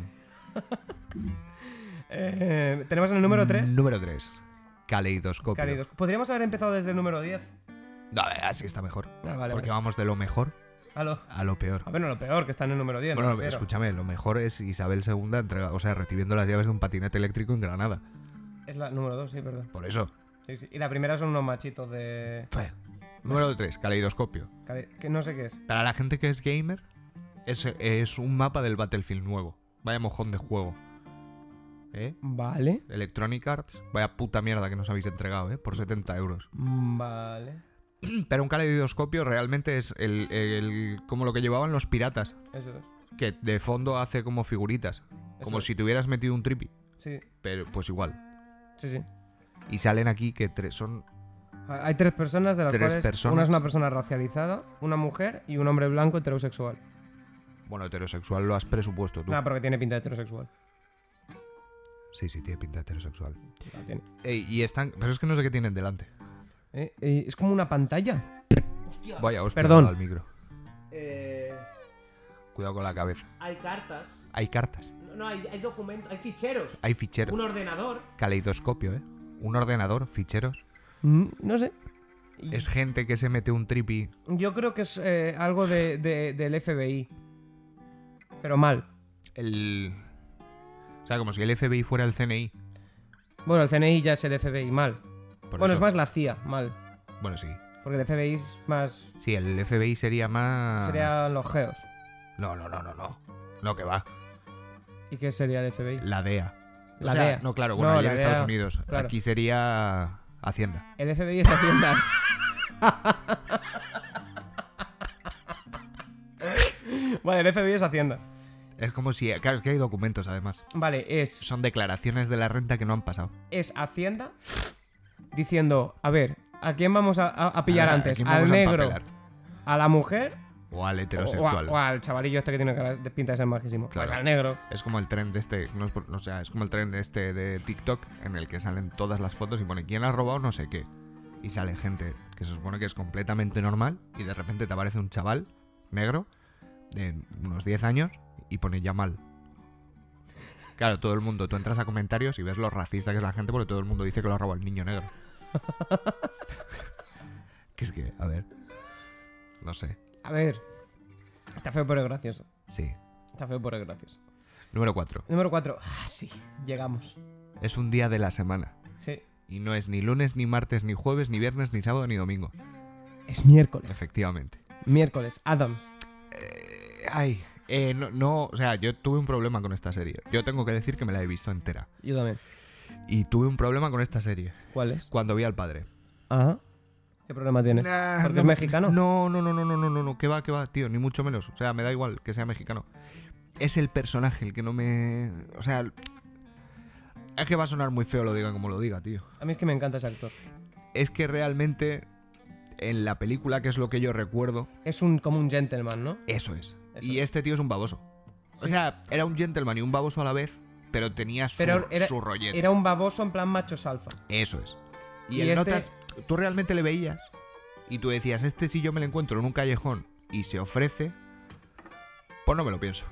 [SPEAKER 3] Eh, tenemos en el número 3.
[SPEAKER 2] Mm, Número 3. Caleidoscopio.
[SPEAKER 3] Podríamos haber empezado desde el número 10.
[SPEAKER 2] No, a ver, así está mejor.
[SPEAKER 3] Ah, vale,
[SPEAKER 2] Porque
[SPEAKER 3] vale. Ah,
[SPEAKER 2] vamos de lo mejor
[SPEAKER 3] A, lo-
[SPEAKER 2] a lo peor.
[SPEAKER 3] a ver, no, lo peor, que está en el número 10. me
[SPEAKER 2] Bueno,
[SPEAKER 3] refiero.
[SPEAKER 2] escúchame, lo mejor es Isabel II entrega, o sea, recibiendo las llaves de un patinete eléctrico en Granada.
[SPEAKER 3] Es la número 2, sí, perdón.
[SPEAKER 2] Por eso.
[SPEAKER 3] Sí, sí. Y la primera son unos machitos de.
[SPEAKER 2] Pues, Número 3, caleidoscopio.
[SPEAKER 3] Cali- Que no sé qué es.
[SPEAKER 2] Para la gente que es gamer, es, es un mapa del Battlefield nuevo. Vaya mojón de juego. ¿Eh?
[SPEAKER 3] Vale.
[SPEAKER 2] Electronic Arts, vaya puta mierda que nos habéis entregado, ¿eh? Por 70 euros. Mm,
[SPEAKER 3] Mm, Vale.
[SPEAKER 2] Pero un caleidoscopio realmente es el, el- como lo que llevaban los piratas,
[SPEAKER 3] Eso es.
[SPEAKER 2] que de fondo hace como figuritas. Como
[SPEAKER 3] es.
[SPEAKER 2] si te hubieras metido un tripi.
[SPEAKER 3] Sí,
[SPEAKER 2] Pero pues igual.
[SPEAKER 3] sí, sí.
[SPEAKER 2] Y salen aquí que tres son
[SPEAKER 3] Ha- Ah, Hay tres personas de las
[SPEAKER 2] Tres
[SPEAKER 3] cuales
[SPEAKER 2] personas.
[SPEAKER 3] una es una persona racializada, una mujer y un hombre blanco heterosexual.
[SPEAKER 2] Bueno, heterosexual lo has presupuesto tú.
[SPEAKER 3] Nada, porque tiene pinta de heterosexual.
[SPEAKER 2] Sí, sí, tiene pinta de heterosexual.
[SPEAKER 3] La tiene.
[SPEAKER 2] Ey, y están. Pero es que no sé qué tienen delante.
[SPEAKER 3] Eh, eh, es como una pantalla.
[SPEAKER 2] Vaya, hostia,
[SPEAKER 3] Perdón.
[SPEAKER 2] me ha dado el micro.
[SPEAKER 5] Eh,
[SPEAKER 2] Cuidado con la cabeza.
[SPEAKER 5] hay cartas.
[SPEAKER 2] Hay cartas,
[SPEAKER 5] No, no, hay, hay documentos, hay ficheros.
[SPEAKER 2] hay ficheros.
[SPEAKER 5] Un ordenador.
[SPEAKER 2] Caleidoscopio, ¿eh? Un ordenador, ficheros.
[SPEAKER 3] Mm, no sé. Y-
[SPEAKER 2] Es gente que se mete un tripi.
[SPEAKER 3] Yo creo que es eh, algo de- de- del FBI. Pero mal.
[SPEAKER 2] El. O sea, como si el FBI fuera el CNI.
[SPEAKER 3] Bueno, el CNI ya es el FBI, mal.
[SPEAKER 2] Por
[SPEAKER 3] bueno,
[SPEAKER 2] eso-
[SPEAKER 3] es más la CIA, mal.
[SPEAKER 2] Bueno, sí.
[SPEAKER 3] Porque el FBI es más.
[SPEAKER 2] Sí, el FBI sería más.
[SPEAKER 3] Serían los geos.
[SPEAKER 2] No, no, no, no, no. No, que va.
[SPEAKER 3] ¿Y qué sería el FBI?
[SPEAKER 2] La DEA.
[SPEAKER 3] La
[SPEAKER 2] O sea,
[SPEAKER 3] DEA.
[SPEAKER 2] No, claro, bueno,
[SPEAKER 3] No,
[SPEAKER 2] allá
[SPEAKER 3] la
[SPEAKER 2] en Estados
[SPEAKER 3] DEA,
[SPEAKER 2] Unidos.
[SPEAKER 3] claro.
[SPEAKER 2] Aquí sería. Hacienda.
[SPEAKER 3] El FBI es Hacienda.
[SPEAKER 2] (laughs)
[SPEAKER 3] vale, el FBI es Hacienda.
[SPEAKER 2] Es como si. Claro, es que hay documentos además.
[SPEAKER 3] Vale, es,
[SPEAKER 2] Son declaraciones de la renta que no han pasado.
[SPEAKER 3] es Hacienda diciendo, a ver, ¿a quién vamos a, a- a pillar
[SPEAKER 2] Ahora, ¿a
[SPEAKER 3] antes?
[SPEAKER 2] quién
[SPEAKER 3] ¿Al
[SPEAKER 2] vamos a
[SPEAKER 3] negro?
[SPEAKER 2] empapelar?
[SPEAKER 3] ¿A la mujer?
[SPEAKER 2] O al
[SPEAKER 3] O, o a-
[SPEAKER 2] heterosexual.
[SPEAKER 3] o al chavalillo este que tiene cara de pinta de ser majísimo.
[SPEAKER 2] Claro.
[SPEAKER 3] Pues al negro.
[SPEAKER 2] Es como el tren de este, no es por- o sea, es como el tren de este de TikTok en el que salen todas las fotos y pone quién ha robado no sé qué. Y sale gente que se supone que es completamente normal y de repente te aparece un chaval negro de unos 10 años y pone Yamal. Claro, todo el mundo, tú entras a comentarios y ves lo racista que es la gente porque todo el mundo dice que lo ha robado el niño negro. (laughs) que es que, a ver. No sé.
[SPEAKER 3] A ver. Está feo pero es gracioso.
[SPEAKER 2] Sí.
[SPEAKER 3] Está feo pero es gracioso.
[SPEAKER 2] Número 4.
[SPEAKER 3] Número 4. Ah, sí. Llegamos.
[SPEAKER 2] Es un día de la semana.
[SPEAKER 3] Sí.
[SPEAKER 2] Y no es ni lunes, ni martes, ni jueves, ni viernes, ni sábado, ni domingo.
[SPEAKER 3] Es miércoles.
[SPEAKER 2] Efectivamente.
[SPEAKER 3] Miércoles. Adams.
[SPEAKER 2] Eh, ay, eh, no, no, o sea, yo tuve un problema con esta serie. Yo tengo que decir que me la he visto entera.
[SPEAKER 3] Yo también.
[SPEAKER 2] Y tuve un problema con esta serie.
[SPEAKER 3] ¿Cuál es?
[SPEAKER 2] Cuando vi al padre.
[SPEAKER 3] Ajá. ¿Qué problema tienes?
[SPEAKER 2] Nah,
[SPEAKER 3] ¿Porque
[SPEAKER 2] no
[SPEAKER 3] es
[SPEAKER 2] me-
[SPEAKER 3] mexicano?
[SPEAKER 2] No, no, no, no, no, no, no, no, que va, que va, tío, ni mucho menos. O sea, me da igual que sea mexicano. Es el personaje el que no me. O sea. Es que va a sonar muy feo lo diga como lo diga, tío.
[SPEAKER 3] A mí es que me encanta ese actor.
[SPEAKER 2] Es que realmente. En la película, que es lo que yo recuerdo,
[SPEAKER 3] Es un, como un gentleman, ¿no?
[SPEAKER 2] Eso es.
[SPEAKER 3] Eso
[SPEAKER 2] y
[SPEAKER 3] es.
[SPEAKER 2] este tío es un baboso. O
[SPEAKER 3] Sí.
[SPEAKER 2] sea, era un gentleman y un baboso a la vez, pero tenía su,
[SPEAKER 3] Pero era-
[SPEAKER 2] su rollete.
[SPEAKER 3] Era un baboso en plan machos alfa.
[SPEAKER 2] Eso es. Y,
[SPEAKER 3] Y
[SPEAKER 2] el
[SPEAKER 3] este-
[SPEAKER 2] Notas, tú realmente le veías y tú decías, este si yo me lo encuentro en un callejón y se ofrece, pues no me lo pienso.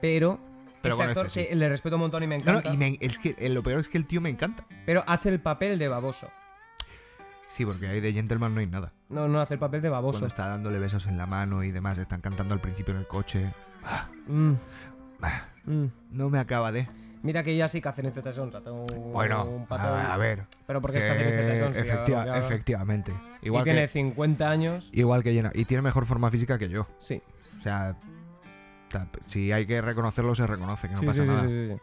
[SPEAKER 3] Pero,
[SPEAKER 2] Pero
[SPEAKER 3] este
[SPEAKER 2] bueno,
[SPEAKER 3] actor
[SPEAKER 2] este sí.
[SPEAKER 3] que le respeto un montón y me
[SPEAKER 2] No, no,
[SPEAKER 3] encanta.
[SPEAKER 2] y me- es que, eh, lo peor es que el tío me encanta.
[SPEAKER 3] Pero hace el papel de baboso.
[SPEAKER 2] Sí, porque ahí de Gentleman no hay nada.
[SPEAKER 3] No, no hace el papel de
[SPEAKER 2] Cuando
[SPEAKER 3] baboso.
[SPEAKER 2] está dándole besos en la mano y demás, están cantando al principio en el coche.
[SPEAKER 3] Mm,
[SPEAKER 2] Bah,
[SPEAKER 3] mm.
[SPEAKER 2] No me acaba de.
[SPEAKER 3] Mira que ya sí que hacen este honra. Tengo un-
[SPEAKER 2] Bueno,
[SPEAKER 3] un pato.
[SPEAKER 2] a, a ver.
[SPEAKER 3] Pero porque
[SPEAKER 2] que
[SPEAKER 3] está en
[SPEAKER 2] efectiva- efectivamente. Igual
[SPEAKER 3] y tiene
[SPEAKER 2] que,
[SPEAKER 3] 50 años.
[SPEAKER 2] igual que llena. Y tiene mejor forma física que yo.
[SPEAKER 3] Sí.
[SPEAKER 2] O sea, ta- si hay que reconocerlo, se reconoce, que no
[SPEAKER 3] sí,
[SPEAKER 2] pasa
[SPEAKER 3] sí, sí,
[SPEAKER 2] nada.
[SPEAKER 3] sí, sí,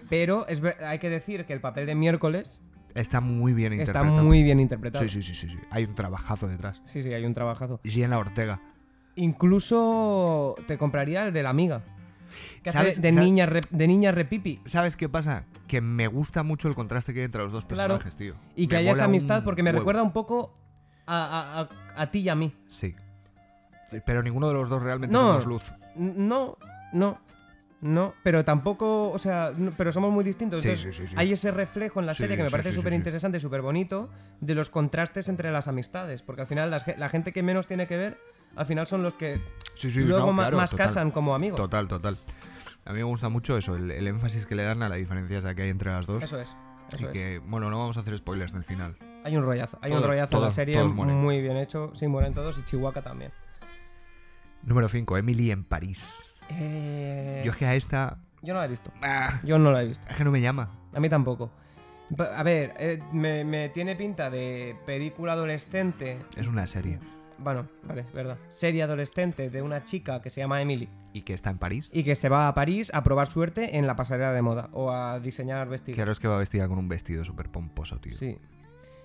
[SPEAKER 3] sí. Pero es ver- hay que decir que el papel de miércoles
[SPEAKER 2] Está muy bien
[SPEAKER 3] está
[SPEAKER 2] interpretado.
[SPEAKER 3] muy bien interpretado.
[SPEAKER 2] Sí, sí, sí, sí, sí. Hay un trabajazo detrás.
[SPEAKER 3] Sí, sí, hay un trabajazo.
[SPEAKER 2] Gina Ortega.
[SPEAKER 3] Incluso te compraría el de la amiga. Que hace
[SPEAKER 2] ¿Sabes-
[SPEAKER 3] de,
[SPEAKER 2] sa-
[SPEAKER 3] niña re- de niña repipi.
[SPEAKER 2] ¿Sabes qué pasa? Que me gusta mucho el contraste que hay entre los dos
[SPEAKER 3] Claro.
[SPEAKER 2] personajes, tío.
[SPEAKER 3] Y que
[SPEAKER 2] Me
[SPEAKER 3] haya esa
[SPEAKER 2] mola un
[SPEAKER 3] amistad porque me
[SPEAKER 2] huevo.
[SPEAKER 3] recuerda un poco a, a- a- a ti y a mí.
[SPEAKER 2] Sí. Pero ninguno de los dos realmente
[SPEAKER 3] No.
[SPEAKER 2] somos luz.
[SPEAKER 3] N- No, no, no. Pero tampoco, o sea, no- pero somos muy distintos.
[SPEAKER 2] Sí,
[SPEAKER 3] Entonces,
[SPEAKER 2] sí, sí, sí.
[SPEAKER 3] Hay ese reflejo en la
[SPEAKER 2] Sí,
[SPEAKER 3] serie que me
[SPEAKER 2] sí,
[SPEAKER 3] parece
[SPEAKER 2] sí, sí,
[SPEAKER 3] súper interesante, súper bonito, de los contrastes entre las amistades. Porque al final las ge- la gente que menos tiene que ver, al final son los que
[SPEAKER 2] Sí, sí,
[SPEAKER 3] luego
[SPEAKER 2] no,
[SPEAKER 3] ma-
[SPEAKER 2] claro,
[SPEAKER 3] más
[SPEAKER 2] total.
[SPEAKER 3] casan como amigos.
[SPEAKER 2] Total, total. A mí me gusta mucho eso, el, el énfasis que le dan a la diferencia esa que hay entre las dos.
[SPEAKER 3] Eso es.
[SPEAKER 2] y
[SPEAKER 3] Eso es.
[SPEAKER 2] que, bueno, no vamos a hacer spoilers del final.
[SPEAKER 3] Hay un rollazo. Hay un
[SPEAKER 2] Todos-
[SPEAKER 3] rollazo en la
[SPEAKER 2] todos-
[SPEAKER 3] serie
[SPEAKER 2] todos mueren.
[SPEAKER 3] muy bien hecho. Sí, mueren todos y Chihuahua también.
[SPEAKER 2] Número 5, Emily en París.
[SPEAKER 3] Eh,
[SPEAKER 2] Yo es que a esta...
[SPEAKER 3] yo no la he visto.
[SPEAKER 2] ah,
[SPEAKER 3] Yo no la he visto.
[SPEAKER 2] es que no me llama.
[SPEAKER 3] A mí tampoco. Pa- A ver, eh, me, me tiene pinta de película adolescente.
[SPEAKER 2] Es una serie.
[SPEAKER 3] Bueno, vale, es verdad. Serie adolescente de una chica que se llama Emily
[SPEAKER 2] Y que está en París.
[SPEAKER 3] y que se va a París a probar suerte en la pasarela de moda o a diseñar vestidos.
[SPEAKER 2] Claro, es que va vestida con un vestido súper pomposo, tío.
[SPEAKER 3] Sí.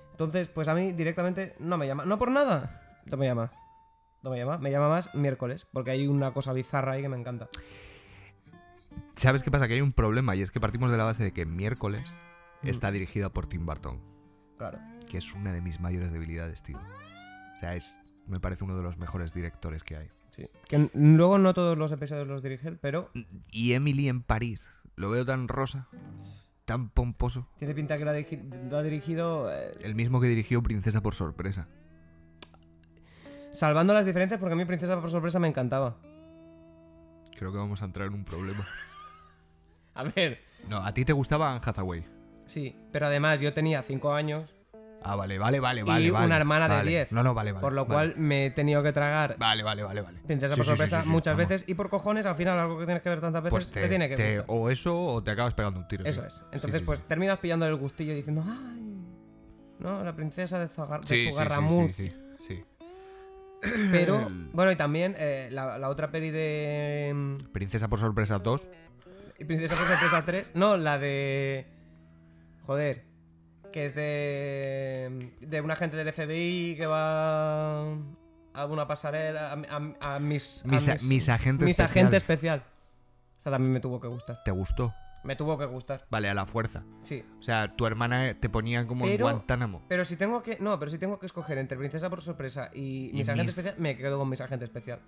[SPEAKER 3] Entonces, pues a mí directamente no me llama. No por nada. No me llama. No me llama. Me llama más miércoles porque hay una cosa bizarra ahí que me encanta.
[SPEAKER 2] ¿Sabes qué pasa? Que hay un problema y es que partimos de la base de que miércoles
[SPEAKER 3] Mm.
[SPEAKER 2] está dirigida por Tim Burton,
[SPEAKER 3] Claro.
[SPEAKER 2] que es una de mis mayores debilidades, tío. O sea, es, me parece uno de los mejores directores que hay.
[SPEAKER 3] Sí. Que n- luego no todos los episodios los dirige él, pero
[SPEAKER 2] Y Emily en París, lo veo tan rosa, tan pomposo.
[SPEAKER 3] tiene pinta que lo ha, dirigi- lo ha dirigido eh,
[SPEAKER 2] El mismo que dirigió Princesa por sorpresa.
[SPEAKER 3] Salvando las diferencias, porque a mí Princesa por sorpresa me encantaba.
[SPEAKER 2] Creo que vamos a entrar en un problema.
[SPEAKER 3] A ver.
[SPEAKER 2] No, a ti te gustaba Anne Hathaway.
[SPEAKER 3] Sí, pero además yo tenía 5 años,
[SPEAKER 2] Ah, vale, vale, vale, vale.
[SPEAKER 3] Y
[SPEAKER 2] vale,
[SPEAKER 3] una hermana de
[SPEAKER 2] vale.
[SPEAKER 3] 10,
[SPEAKER 2] No, no, vale, vale.
[SPEAKER 3] por lo
[SPEAKER 2] vale.
[SPEAKER 3] cual me he tenido que tragar
[SPEAKER 2] Vale, vale, vale, vale.
[SPEAKER 3] Princesa
[SPEAKER 2] Sí,
[SPEAKER 3] por
[SPEAKER 2] sí, sí,
[SPEAKER 3] sorpresa
[SPEAKER 2] sí, sí,
[SPEAKER 3] muchas
[SPEAKER 2] vamos.
[SPEAKER 3] veces y por cojones, al final algo que tienes que ver tantas veces
[SPEAKER 2] Pues
[SPEAKER 3] te,
[SPEAKER 2] te-
[SPEAKER 3] tiene que
[SPEAKER 2] te-
[SPEAKER 3] gustar.
[SPEAKER 2] O eso o te acabas pegando un tiro.
[SPEAKER 3] Eso
[SPEAKER 2] sí.
[SPEAKER 3] es.
[SPEAKER 2] Sí,
[SPEAKER 3] Entonces,
[SPEAKER 2] sí,
[SPEAKER 3] pues
[SPEAKER 2] sí.
[SPEAKER 3] terminas pillando el gustillo y diciendo, ¡ay! No, la princesa de, Zagar de
[SPEAKER 2] Sí, sí,
[SPEAKER 3] Zugarramurdi".
[SPEAKER 2] sí, sí, sí, sí.
[SPEAKER 3] Pero, bueno, y también eh, la, la otra peli de. mm,
[SPEAKER 2] Princesa por sorpresa 2.
[SPEAKER 3] Y Princesa por sorpresa 3. No, la de. Joder. Que es de. De un agente del FBI que va. A una pasarela. A, a- a mis. a
[SPEAKER 2] Mis, a- mis agentes.
[SPEAKER 3] mis agente especial. O sea, también me tuvo que gustar.
[SPEAKER 2] ¿Te gustó?
[SPEAKER 3] Me tuvo que gustar.
[SPEAKER 2] Vale, a la fuerza.
[SPEAKER 3] Sí.
[SPEAKER 2] O sea, tu hermana eh, te ponía como en
[SPEAKER 3] Pero-
[SPEAKER 2] Guantánamo.
[SPEAKER 3] Pero si tengo que. No, pero si tengo que escoger entre Princesa por sorpresa y,
[SPEAKER 2] Y
[SPEAKER 3] mis agentes
[SPEAKER 2] mis-
[SPEAKER 3] especial, me quedo con mis agentes especial.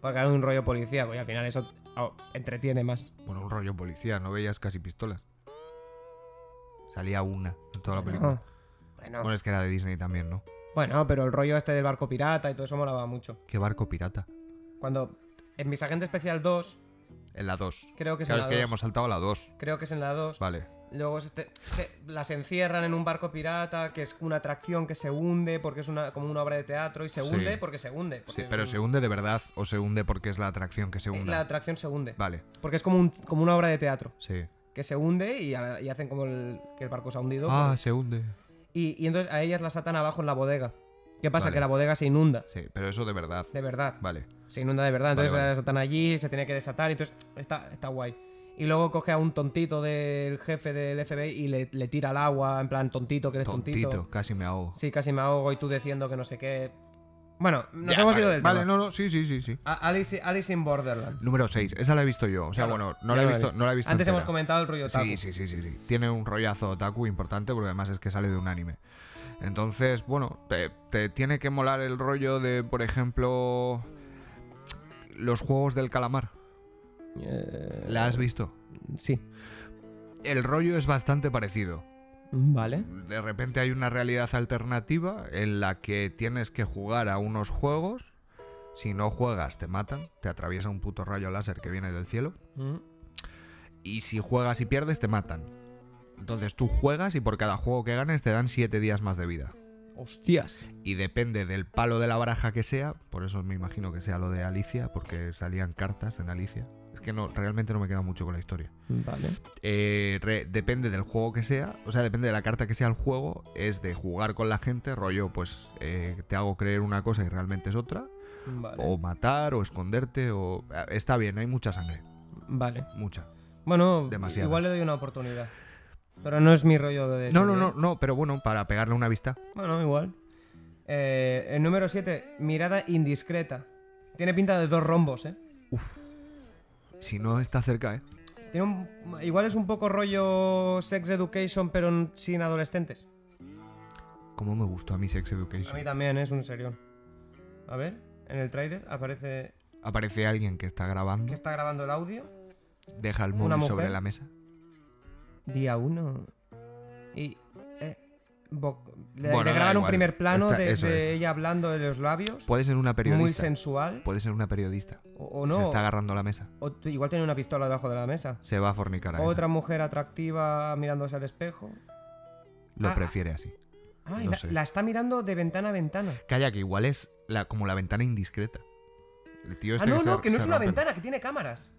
[SPEAKER 3] Porque hay un rollo policía, y al final eso oh, entretiene más.
[SPEAKER 2] Bueno, un rollo policía, no veías casi pistolas. Salía una en toda la película.
[SPEAKER 3] Bueno, bueno.
[SPEAKER 2] Bueno, es que era de Disney también, ¿no?
[SPEAKER 3] Bueno, pero el rollo este del barco pirata y todo eso molaba mucho.
[SPEAKER 2] Qué barco pirata.
[SPEAKER 3] Cuando en mis agentes especial 2,
[SPEAKER 2] En la 2.
[SPEAKER 3] creo que es
[SPEAKER 2] Claro,
[SPEAKER 3] en
[SPEAKER 2] es
[SPEAKER 3] la
[SPEAKER 2] que ya
[SPEAKER 3] 2,
[SPEAKER 2] hemos saltado a la 2.
[SPEAKER 3] creo que es en la 2,
[SPEAKER 2] Vale.
[SPEAKER 3] luego se te- se- las encierran en un barco pirata, que es una atracción que se hunde porque es una, como una obra de teatro y se
[SPEAKER 2] Sí.
[SPEAKER 3] hunde porque se hunde. porque
[SPEAKER 2] Sí,
[SPEAKER 3] es
[SPEAKER 2] pero
[SPEAKER 3] un-
[SPEAKER 2] ¿se hunde de verdad o se hunde porque es la atracción que se
[SPEAKER 3] eh,
[SPEAKER 2] hunde?
[SPEAKER 3] La atracción se hunde,
[SPEAKER 2] Vale,
[SPEAKER 3] porque es como, un- como una obra de teatro,
[SPEAKER 2] sí.
[SPEAKER 3] que se hunde y, a- y hacen como el- que el barco se ha hundido.
[SPEAKER 2] Ah,
[SPEAKER 3] pues,
[SPEAKER 2] se hunde.
[SPEAKER 3] y, y entonces a ellas las atan abajo en la bodega. ¿Qué pasa?
[SPEAKER 2] Vale.
[SPEAKER 3] Que la bodega se inunda,
[SPEAKER 2] Sí, pero eso de verdad.
[SPEAKER 3] de verdad.
[SPEAKER 2] Vale.
[SPEAKER 3] Se inunda de verdad,
[SPEAKER 2] Vale,
[SPEAKER 3] entonces
[SPEAKER 2] vale.
[SPEAKER 3] las atan allí, se tiene que desatar, entonces está, está guay. Y luego coge a un tontito del jefe del FBI y le, le tira al agua, en plan, tontito, que eres tontito.
[SPEAKER 2] Tontito, casi me ahogo.
[SPEAKER 3] Sí, casi me ahogo y tú diciendo que no sé qué. Bueno, nos
[SPEAKER 2] Ya,
[SPEAKER 3] hemos
[SPEAKER 2] vale,
[SPEAKER 3] ido del
[SPEAKER 2] Vale,
[SPEAKER 3] tema.
[SPEAKER 2] no, no, sí, sí, sí, sí.
[SPEAKER 3] A- Alice, Alice in Borderland.
[SPEAKER 2] Número 6, esa la he visto yo. O sea,
[SPEAKER 3] Claro,
[SPEAKER 2] bueno, no
[SPEAKER 3] ya
[SPEAKER 2] la he
[SPEAKER 3] lo he
[SPEAKER 2] visto,
[SPEAKER 3] visto.
[SPEAKER 2] no la he visto.
[SPEAKER 3] Antes hemos
[SPEAKER 2] entera.
[SPEAKER 3] comentado el rollo otaku.
[SPEAKER 2] Sí, sí, sí, sí, sí. Tiene un rollazo otaku importante porque además es que sale de un anime. Entonces, bueno, te, te tiene que molar el rollo de, por ejemplo, los juegos del calamar.
[SPEAKER 3] Eh,
[SPEAKER 2] ¿La has visto?
[SPEAKER 3] Sí.
[SPEAKER 2] El rollo es bastante parecido.
[SPEAKER 3] Vale.
[SPEAKER 2] De repente hay una realidad alternativa en la que tienes que jugar a unos juegos. Si no juegas, te matan. Te atraviesa un puto rayo láser que viene del cielo.
[SPEAKER 3] Mm,
[SPEAKER 2] Y si juegas y pierdes, te matan. Entonces tú juegas y por cada juego que ganes te dan 7 días más de vida.
[SPEAKER 3] Hostias.
[SPEAKER 2] Y depende del palo de la baraja que sea, por eso me imagino que sea lo de Alicia, porque salían cartas en Alicia. Es que no, realmente no me queda mucho con la historia.
[SPEAKER 3] Vale.
[SPEAKER 2] Eh, re- depende del juego que sea, o sea, depende de la carta que sea el juego, es de jugar con la gente, rollo, pues eh, te hago creer una cosa y realmente es otra,
[SPEAKER 3] Vale.
[SPEAKER 2] o matar, o esconderte, o... ah, Está bien, hay mucha sangre,
[SPEAKER 3] Vale.
[SPEAKER 2] mucha.
[SPEAKER 3] Bueno,
[SPEAKER 2] Demasiado.
[SPEAKER 3] igual le doy una oportunidad. Pero no es mi rollo de. ¿eh?
[SPEAKER 2] No, no,
[SPEAKER 3] serie.
[SPEAKER 2] no, no, pero bueno, para pegarle una vista.
[SPEAKER 3] Bueno, igual. Eh, el número 7, mirada indiscreta. Tiene pinta de dos rombos, ¿eh?
[SPEAKER 2] Si no está cerca, ¿eh?
[SPEAKER 3] Tiene un- igual es un poco rollo sex education, pero n- sin adolescentes.
[SPEAKER 2] ¿Cómo me gustó a mi Sex
[SPEAKER 3] A mí
[SPEAKER 2] Education?
[SPEAKER 3] también ¿eh? es un serión. A ver, en el trailer aparece
[SPEAKER 2] Aparece alguien que está grabando,
[SPEAKER 3] que está grabando el audio.
[SPEAKER 2] deja el
[SPEAKER 3] una
[SPEAKER 2] móvil sobre
[SPEAKER 3] mujer.
[SPEAKER 2] la mesa.
[SPEAKER 3] Día 1. Y. eh, bo- le, le
[SPEAKER 2] Bueno, da
[SPEAKER 3] graban un
[SPEAKER 2] igual.
[SPEAKER 3] primer plano
[SPEAKER 2] Está-
[SPEAKER 3] de,
[SPEAKER 2] eso
[SPEAKER 3] de
[SPEAKER 2] es.
[SPEAKER 3] ella hablando de los labios.
[SPEAKER 2] Puede ser una periodista.
[SPEAKER 3] Muy sensual.
[SPEAKER 2] Puede ser una periodista.
[SPEAKER 3] O, o no.
[SPEAKER 2] Se está agarrando la mesa.
[SPEAKER 3] o t- igual tiene una pistola debajo de la mesa.
[SPEAKER 2] Se va a fornicar a
[SPEAKER 3] Otra
[SPEAKER 2] esa.
[SPEAKER 3] mujer atractiva mirándose al espejo.
[SPEAKER 2] Lo
[SPEAKER 3] Ah.
[SPEAKER 2] prefiere así.
[SPEAKER 3] Ay,
[SPEAKER 2] No
[SPEAKER 3] la,
[SPEAKER 2] sé.
[SPEAKER 3] la está mirando de ventana a ventana.
[SPEAKER 2] Calla, que igual es la, como la ventana indiscreta. El tío
[SPEAKER 3] Ah,
[SPEAKER 2] este
[SPEAKER 3] no,
[SPEAKER 2] se-
[SPEAKER 3] no, que no
[SPEAKER 2] se
[SPEAKER 3] es una
[SPEAKER 2] rompe el-
[SPEAKER 3] ventana, que tiene cámaras.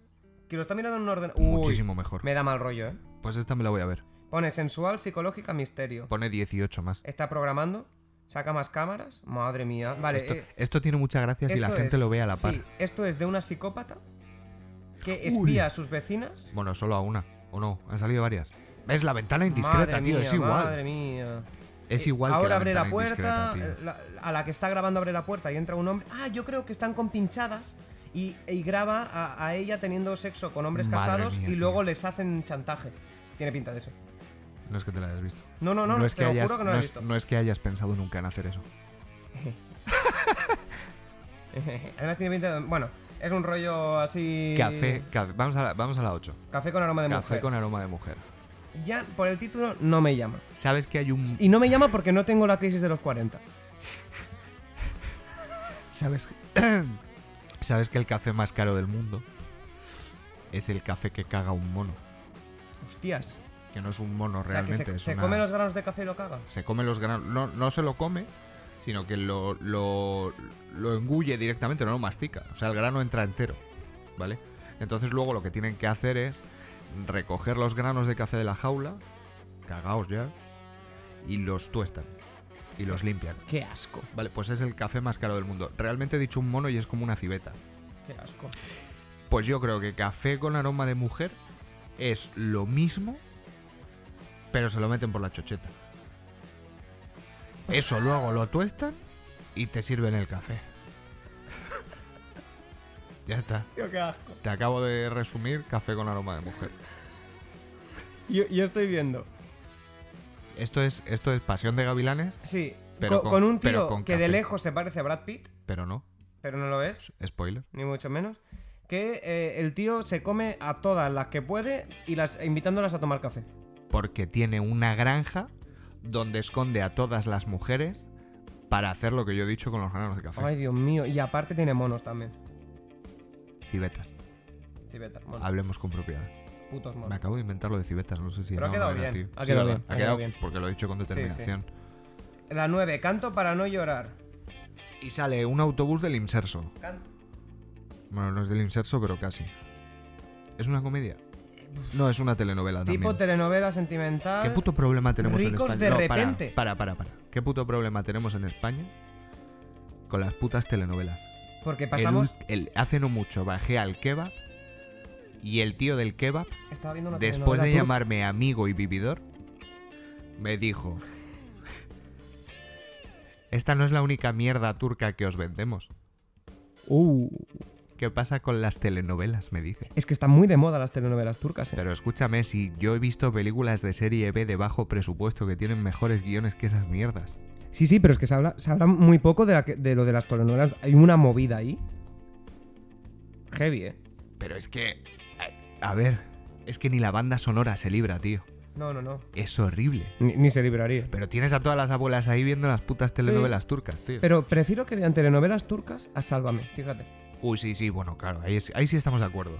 [SPEAKER 3] Que lo está mirando en un ordenador.
[SPEAKER 2] Muchísimo mejor.
[SPEAKER 3] Me da mal rollo, ¿eh?
[SPEAKER 2] Pues esta me la voy a ver.
[SPEAKER 3] Pone sensual, psicológica, misterio.
[SPEAKER 2] Pone 18 más.
[SPEAKER 3] Está programando, saca más cámaras. Madre mía. Vale,
[SPEAKER 2] esto,
[SPEAKER 3] eh,
[SPEAKER 2] esto tiene mucha gracia si la
[SPEAKER 3] esto
[SPEAKER 2] gente
[SPEAKER 3] es-
[SPEAKER 2] lo ve a la par.
[SPEAKER 3] sí, esto es de una psicópata que espía a sus vecinas.
[SPEAKER 2] Bueno, solo a una. ¿O no? Han salido varias. Es la ventana indiscreta,
[SPEAKER 3] madre
[SPEAKER 2] tío.
[SPEAKER 3] mía,
[SPEAKER 2] es igual.
[SPEAKER 3] Madre mía.
[SPEAKER 2] Es
[SPEAKER 3] Eh,
[SPEAKER 2] igual
[SPEAKER 3] Ahora
[SPEAKER 2] que la
[SPEAKER 3] abre la
[SPEAKER 2] ventana
[SPEAKER 3] puerta,
[SPEAKER 2] indiscreta,
[SPEAKER 3] eh,
[SPEAKER 2] tío.
[SPEAKER 3] la- a la que está grabando abre la puerta y entra un hombre. Ah, yo creo que están con pinchadas y, y graba a, a ella teniendo sexo con hombres
[SPEAKER 2] Madre
[SPEAKER 3] casados
[SPEAKER 2] mía,
[SPEAKER 3] y
[SPEAKER 2] tío.
[SPEAKER 3] luego les hacen chantaje. Tiene pinta de eso.
[SPEAKER 2] No es que te la hayas visto.
[SPEAKER 3] No, no, no,
[SPEAKER 2] es
[SPEAKER 3] te
[SPEAKER 2] que
[SPEAKER 3] lo
[SPEAKER 2] hayas,
[SPEAKER 3] juro que no, lo he
[SPEAKER 2] es-
[SPEAKER 3] visto.
[SPEAKER 2] no es que hayas pensado nunca en hacer eso.
[SPEAKER 3] (laughs) Además tiene pinta de... Bueno, es un rollo así...
[SPEAKER 2] Café, café. Vamos a la, vamos a la 8.
[SPEAKER 3] Café con aroma de
[SPEAKER 2] Café
[SPEAKER 3] mujer.
[SPEAKER 2] con aroma de mujer.
[SPEAKER 3] Ya por el título no me llama.
[SPEAKER 2] ¿Sabes que hay un
[SPEAKER 3] Y no me llama porque no tengo la crisis de los 40.
[SPEAKER 2] ¿Sabes? (clears throat) ¿Sabes que el café más caro del mundo es el café que caga un mono?
[SPEAKER 3] Hostias.
[SPEAKER 2] Que no es un mono
[SPEAKER 3] O sea, que
[SPEAKER 2] realmente.
[SPEAKER 3] se,
[SPEAKER 2] es
[SPEAKER 3] se
[SPEAKER 2] una-
[SPEAKER 3] come los granos de café y lo caga.
[SPEAKER 2] se come los granos. No, no se lo come, sino que lo, lo, lo engulle directamente, no lo mastica. O sea, el grano entra entero. ¿Vale? Entonces luego lo que tienen que hacer es recoger los granos de café de la jaula, cagaos ya, y los tuestan. Y los limpian.
[SPEAKER 3] Qué asco.
[SPEAKER 2] Vale, pues es el café más caro del mundo. Realmente he dicho un mono y es como una civeta.
[SPEAKER 3] Qué asco.
[SPEAKER 2] Pues yo creo que café con aroma de mujer es lo mismo, pero se lo meten por la chocheta. Eso luego lo tuestan y te sirven el café. (laughs) Ya está.
[SPEAKER 3] Tío, qué asco.
[SPEAKER 2] Te acabo de resumir café con aroma de mujer.
[SPEAKER 3] Yo, yo estoy viendo.
[SPEAKER 2] Esto es, esto es pasión de gavilanes,
[SPEAKER 3] Sí,
[SPEAKER 2] Pero
[SPEAKER 3] co- con,
[SPEAKER 2] con-
[SPEAKER 3] un
[SPEAKER 2] pero
[SPEAKER 3] tío
[SPEAKER 2] con
[SPEAKER 3] que de
[SPEAKER 2] café.
[SPEAKER 3] lejos se parece a Brad Pitt,
[SPEAKER 2] pero no.
[SPEAKER 3] pero no lo es,
[SPEAKER 2] Spoiler.
[SPEAKER 3] ni mucho menos. Que eh, el tío se come a todas las que puede y las invitándolas a tomar café.
[SPEAKER 2] Porque tiene una granja donde esconde a todas las mujeres para hacer lo que yo he dicho con los granos de café.
[SPEAKER 3] Ay, Dios mío. Y aparte tiene monos también.
[SPEAKER 2] Civetas.
[SPEAKER 3] Tibeta, monos,
[SPEAKER 2] Hablemos con propiedad.
[SPEAKER 3] putos
[SPEAKER 2] Me
[SPEAKER 3] monos.
[SPEAKER 2] acabo de inventar lo de civetas, no sé si
[SPEAKER 3] Pero ha
[SPEAKER 2] no,
[SPEAKER 3] quedado
[SPEAKER 2] no era,
[SPEAKER 3] bien,
[SPEAKER 2] tío.
[SPEAKER 3] ha quedado
[SPEAKER 2] ¿verdad?
[SPEAKER 3] bien, ha quedado bien.
[SPEAKER 2] porque lo he dicho con determinación.
[SPEAKER 3] La 9, canto para no llorar.
[SPEAKER 2] Y sale un autobús del Inserso.
[SPEAKER 3] Can-
[SPEAKER 2] Bueno, no es del Inserso, pero casi. ¿Es una comedia? No, es una telenovela
[SPEAKER 3] Tipo
[SPEAKER 2] también.
[SPEAKER 3] telenovela sentimental.
[SPEAKER 2] ¿Qué puto problema tenemos
[SPEAKER 3] Ricos
[SPEAKER 2] en
[SPEAKER 3] de
[SPEAKER 2] España? No, para,
[SPEAKER 3] repente.
[SPEAKER 2] para, para, para. ¿Qué puto problema tenemos en España con las putas telenovelas?
[SPEAKER 3] Porque
[SPEAKER 2] El
[SPEAKER 3] pasamos.
[SPEAKER 2] ul- el- hace no mucho bajé al kebab y el tío del kebab
[SPEAKER 3] Estaba viendo una
[SPEAKER 2] después de
[SPEAKER 3] telenovela
[SPEAKER 2] llamarme amigo y vividor, me dijo: Esta no es la única mierda turca que os vendemos.
[SPEAKER 3] turca. Uh,
[SPEAKER 2] ¿Qué pasa con las telenovelas? Me dice.
[SPEAKER 3] es que están muy de moda las telenovelas turcas, eh.
[SPEAKER 2] Pero escúchame, si yo he visto películas de serie B de bajo presupuesto que tienen mejores guiones que esas mierdas.
[SPEAKER 3] Sí, sí, pero es que se habla, se habla muy poco de, la que- de lo de las telenovelas. Hay una movida ahí. Heavy, ¿eh?
[SPEAKER 2] Pero es que. A, a ver, es que ni la banda sonora se libra, tío.
[SPEAKER 3] No, no, no.
[SPEAKER 2] Es horrible.
[SPEAKER 3] Ni, ni se libraría.
[SPEAKER 2] Pero tienes a todas las abuelas ahí viendo las putas telenovelas turcas, tío.
[SPEAKER 3] Pero prefiero que vean telenovelas turcas a Sálvame, fíjate.
[SPEAKER 2] Uy, sí, sí, bueno, claro, ahí, es- ahí sí estamos de acuerdo.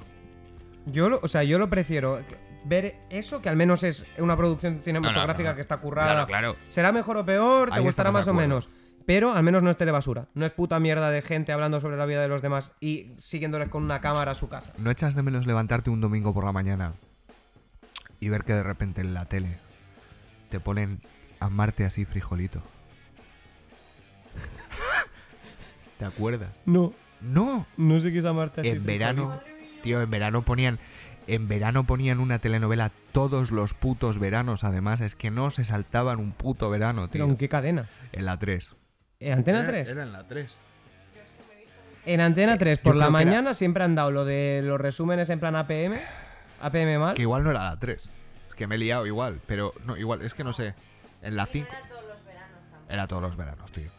[SPEAKER 3] Yo, lo- o sea, yo lo prefiero. que- ver eso, que al menos es una producción cinematográfica
[SPEAKER 2] claro.
[SPEAKER 3] que está currada.
[SPEAKER 2] Claro, claro.
[SPEAKER 3] Será mejor o peor, te
[SPEAKER 2] Ahí
[SPEAKER 3] gustará
[SPEAKER 2] estamos
[SPEAKER 3] más
[SPEAKER 2] de
[SPEAKER 3] o
[SPEAKER 2] acuerdo.
[SPEAKER 3] menos. Pero al menos no es telebasura. No es puta mierda de gente hablando sobre la vida de los demás y siguiéndoles con una cámara a su casa.
[SPEAKER 2] ¿No echas de menos levantarte un domingo por la mañana y ver que de repente en la tele te ponen a Marte así
[SPEAKER 3] (laughs)
[SPEAKER 2] frijolito? ¿Te acuerdas?
[SPEAKER 3] No,
[SPEAKER 2] No,
[SPEAKER 3] no sé qué es amarte
[SPEAKER 2] en verano, tío, en verano ponían, en verano ponían una telenovela todos los putos veranos. Además es que no se saltaban un puto verano,
[SPEAKER 3] Pero
[SPEAKER 2] tío.
[SPEAKER 3] ¿en qué cadena?
[SPEAKER 2] En la 3.
[SPEAKER 3] ¿En
[SPEAKER 2] Eh,
[SPEAKER 3] Antena 3?
[SPEAKER 2] en la 3.
[SPEAKER 3] En Antena 3, por
[SPEAKER 2] eh, yo
[SPEAKER 3] la
[SPEAKER 2] creo que era-
[SPEAKER 3] mañana siempre han dado lo de los resúmenes en plan APM. APM mal.
[SPEAKER 2] Que igual no era la 3. Es que me he liado igual, pero no, igual, es que no sé. En la 5.
[SPEAKER 4] Era todos los veranos también.
[SPEAKER 2] Era todos los veranos, tío.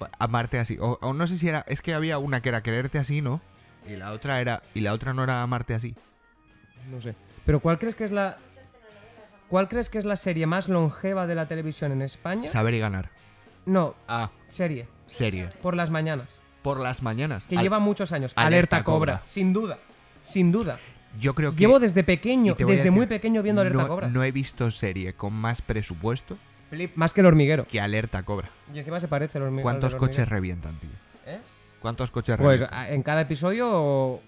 [SPEAKER 2] Pa- Amarte así. O, o no sé si era. Es que había una que era quererte así, ¿no? Y la otra era. Y la otra no era amarte así.
[SPEAKER 3] No sé. Pero ¿cuál crees que es la. ¿Cuál crees que es la serie más longeva de la televisión en España?
[SPEAKER 2] Saber y ganar.
[SPEAKER 3] No,
[SPEAKER 2] Ah,
[SPEAKER 3] serie.
[SPEAKER 2] serie.
[SPEAKER 3] Por las mañanas.
[SPEAKER 2] Por las mañanas.
[SPEAKER 3] Que
[SPEAKER 2] Al-
[SPEAKER 3] lleva muchos años.
[SPEAKER 2] Alerta
[SPEAKER 3] Alerta, cobra.
[SPEAKER 2] Cobra.
[SPEAKER 3] Sin duda. Sin duda.
[SPEAKER 2] Yo creo que.
[SPEAKER 3] Llevo desde
[SPEAKER 2] y
[SPEAKER 3] pequeño,
[SPEAKER 2] te
[SPEAKER 3] desde
[SPEAKER 2] voy a decir,
[SPEAKER 3] muy pequeño viendo Alerta
[SPEAKER 2] no-
[SPEAKER 3] Cobra.
[SPEAKER 2] No he visto serie con más presupuesto
[SPEAKER 3] Flip, más que el hormiguero.
[SPEAKER 2] que Alerta Cobra.
[SPEAKER 3] Y encima se parece el hormiguero. ¿eh?
[SPEAKER 2] ¿Cuántos coches revientan, tío? ¿Cuántos coches
[SPEAKER 3] Pues
[SPEAKER 2] revientan?
[SPEAKER 3] a- en cada episodio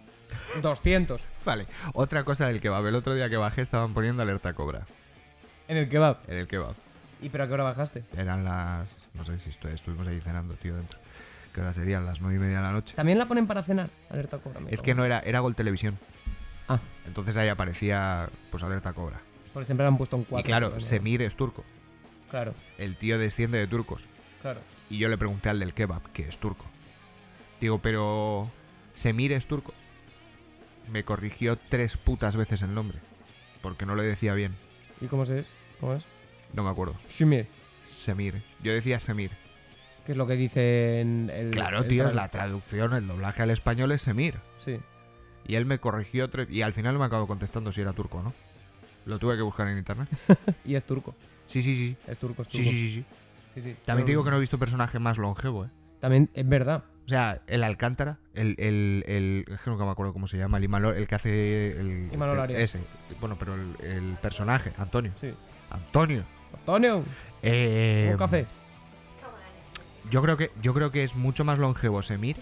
[SPEAKER 3] 200
[SPEAKER 2] Vale. Otra cosa del kebab. El otro día que bajé estaban poniendo Alerta Cobra.
[SPEAKER 3] en el kebab.
[SPEAKER 2] En el kebab.
[SPEAKER 3] ¿Y pero a qué hora bajaste?
[SPEAKER 2] Eran las. No sé si estu- estuvimos ahí cenando, tío, dentro. Que ahora serían las nueve y media de la noche.
[SPEAKER 3] También la ponen para cenar. Alerta cobra. me
[SPEAKER 2] Es
[SPEAKER 3] cago
[SPEAKER 2] que
[SPEAKER 3] en-
[SPEAKER 2] no era, era Gol Televisión.
[SPEAKER 3] Ah,
[SPEAKER 2] Entonces ahí aparecía, pues, Alerta Cobra.
[SPEAKER 3] porque siempre la han puesto un 4.
[SPEAKER 2] y claro, Semir es turco.
[SPEAKER 3] Claro,
[SPEAKER 2] El tío desciende de turcos.
[SPEAKER 3] claro.
[SPEAKER 2] Y yo le pregunté al del kebab, que es turco. Digo, pero. Semir es turco. Me corrigió tres putas veces el nombre. Porque no le decía bien.
[SPEAKER 3] ¿Y cómo se es? ¿Cómo es?
[SPEAKER 2] No me acuerdo.
[SPEAKER 3] Shimir,
[SPEAKER 2] Semir. Yo decía Semir.
[SPEAKER 3] que es lo que dicen el.
[SPEAKER 2] Claro,
[SPEAKER 3] el
[SPEAKER 2] tío, es
[SPEAKER 3] trailer.
[SPEAKER 2] la traducción, el doblaje al español es Semir.
[SPEAKER 3] Sí.
[SPEAKER 2] Y él me corrigió tres. Y al final me acabó contestando si era turco o no. Lo tuve que buscar en internet.
[SPEAKER 3] Y es turco.
[SPEAKER 2] Sí, sí, sí.
[SPEAKER 3] Es turco, es
[SPEAKER 2] Sí,
[SPEAKER 3] turco.
[SPEAKER 2] sí, sí. sí.
[SPEAKER 3] Sí, sí.
[SPEAKER 2] También te digo que no he visto personaje más longevo, ¿eh?
[SPEAKER 3] También es verdad.
[SPEAKER 2] O sea, el Alcántara, el, el, el- es que nunca me acuerdo cómo se llama, el Imanol, el que hace el,
[SPEAKER 3] Imanol
[SPEAKER 2] el-
[SPEAKER 3] Arias.
[SPEAKER 2] ese, bueno, pero el, el personaje, Antonio,
[SPEAKER 3] Sí.
[SPEAKER 2] Antonio,
[SPEAKER 3] Antonio,
[SPEAKER 2] Eh,
[SPEAKER 3] un café.
[SPEAKER 2] Yo creo que, yo creo que es mucho más longevo Semir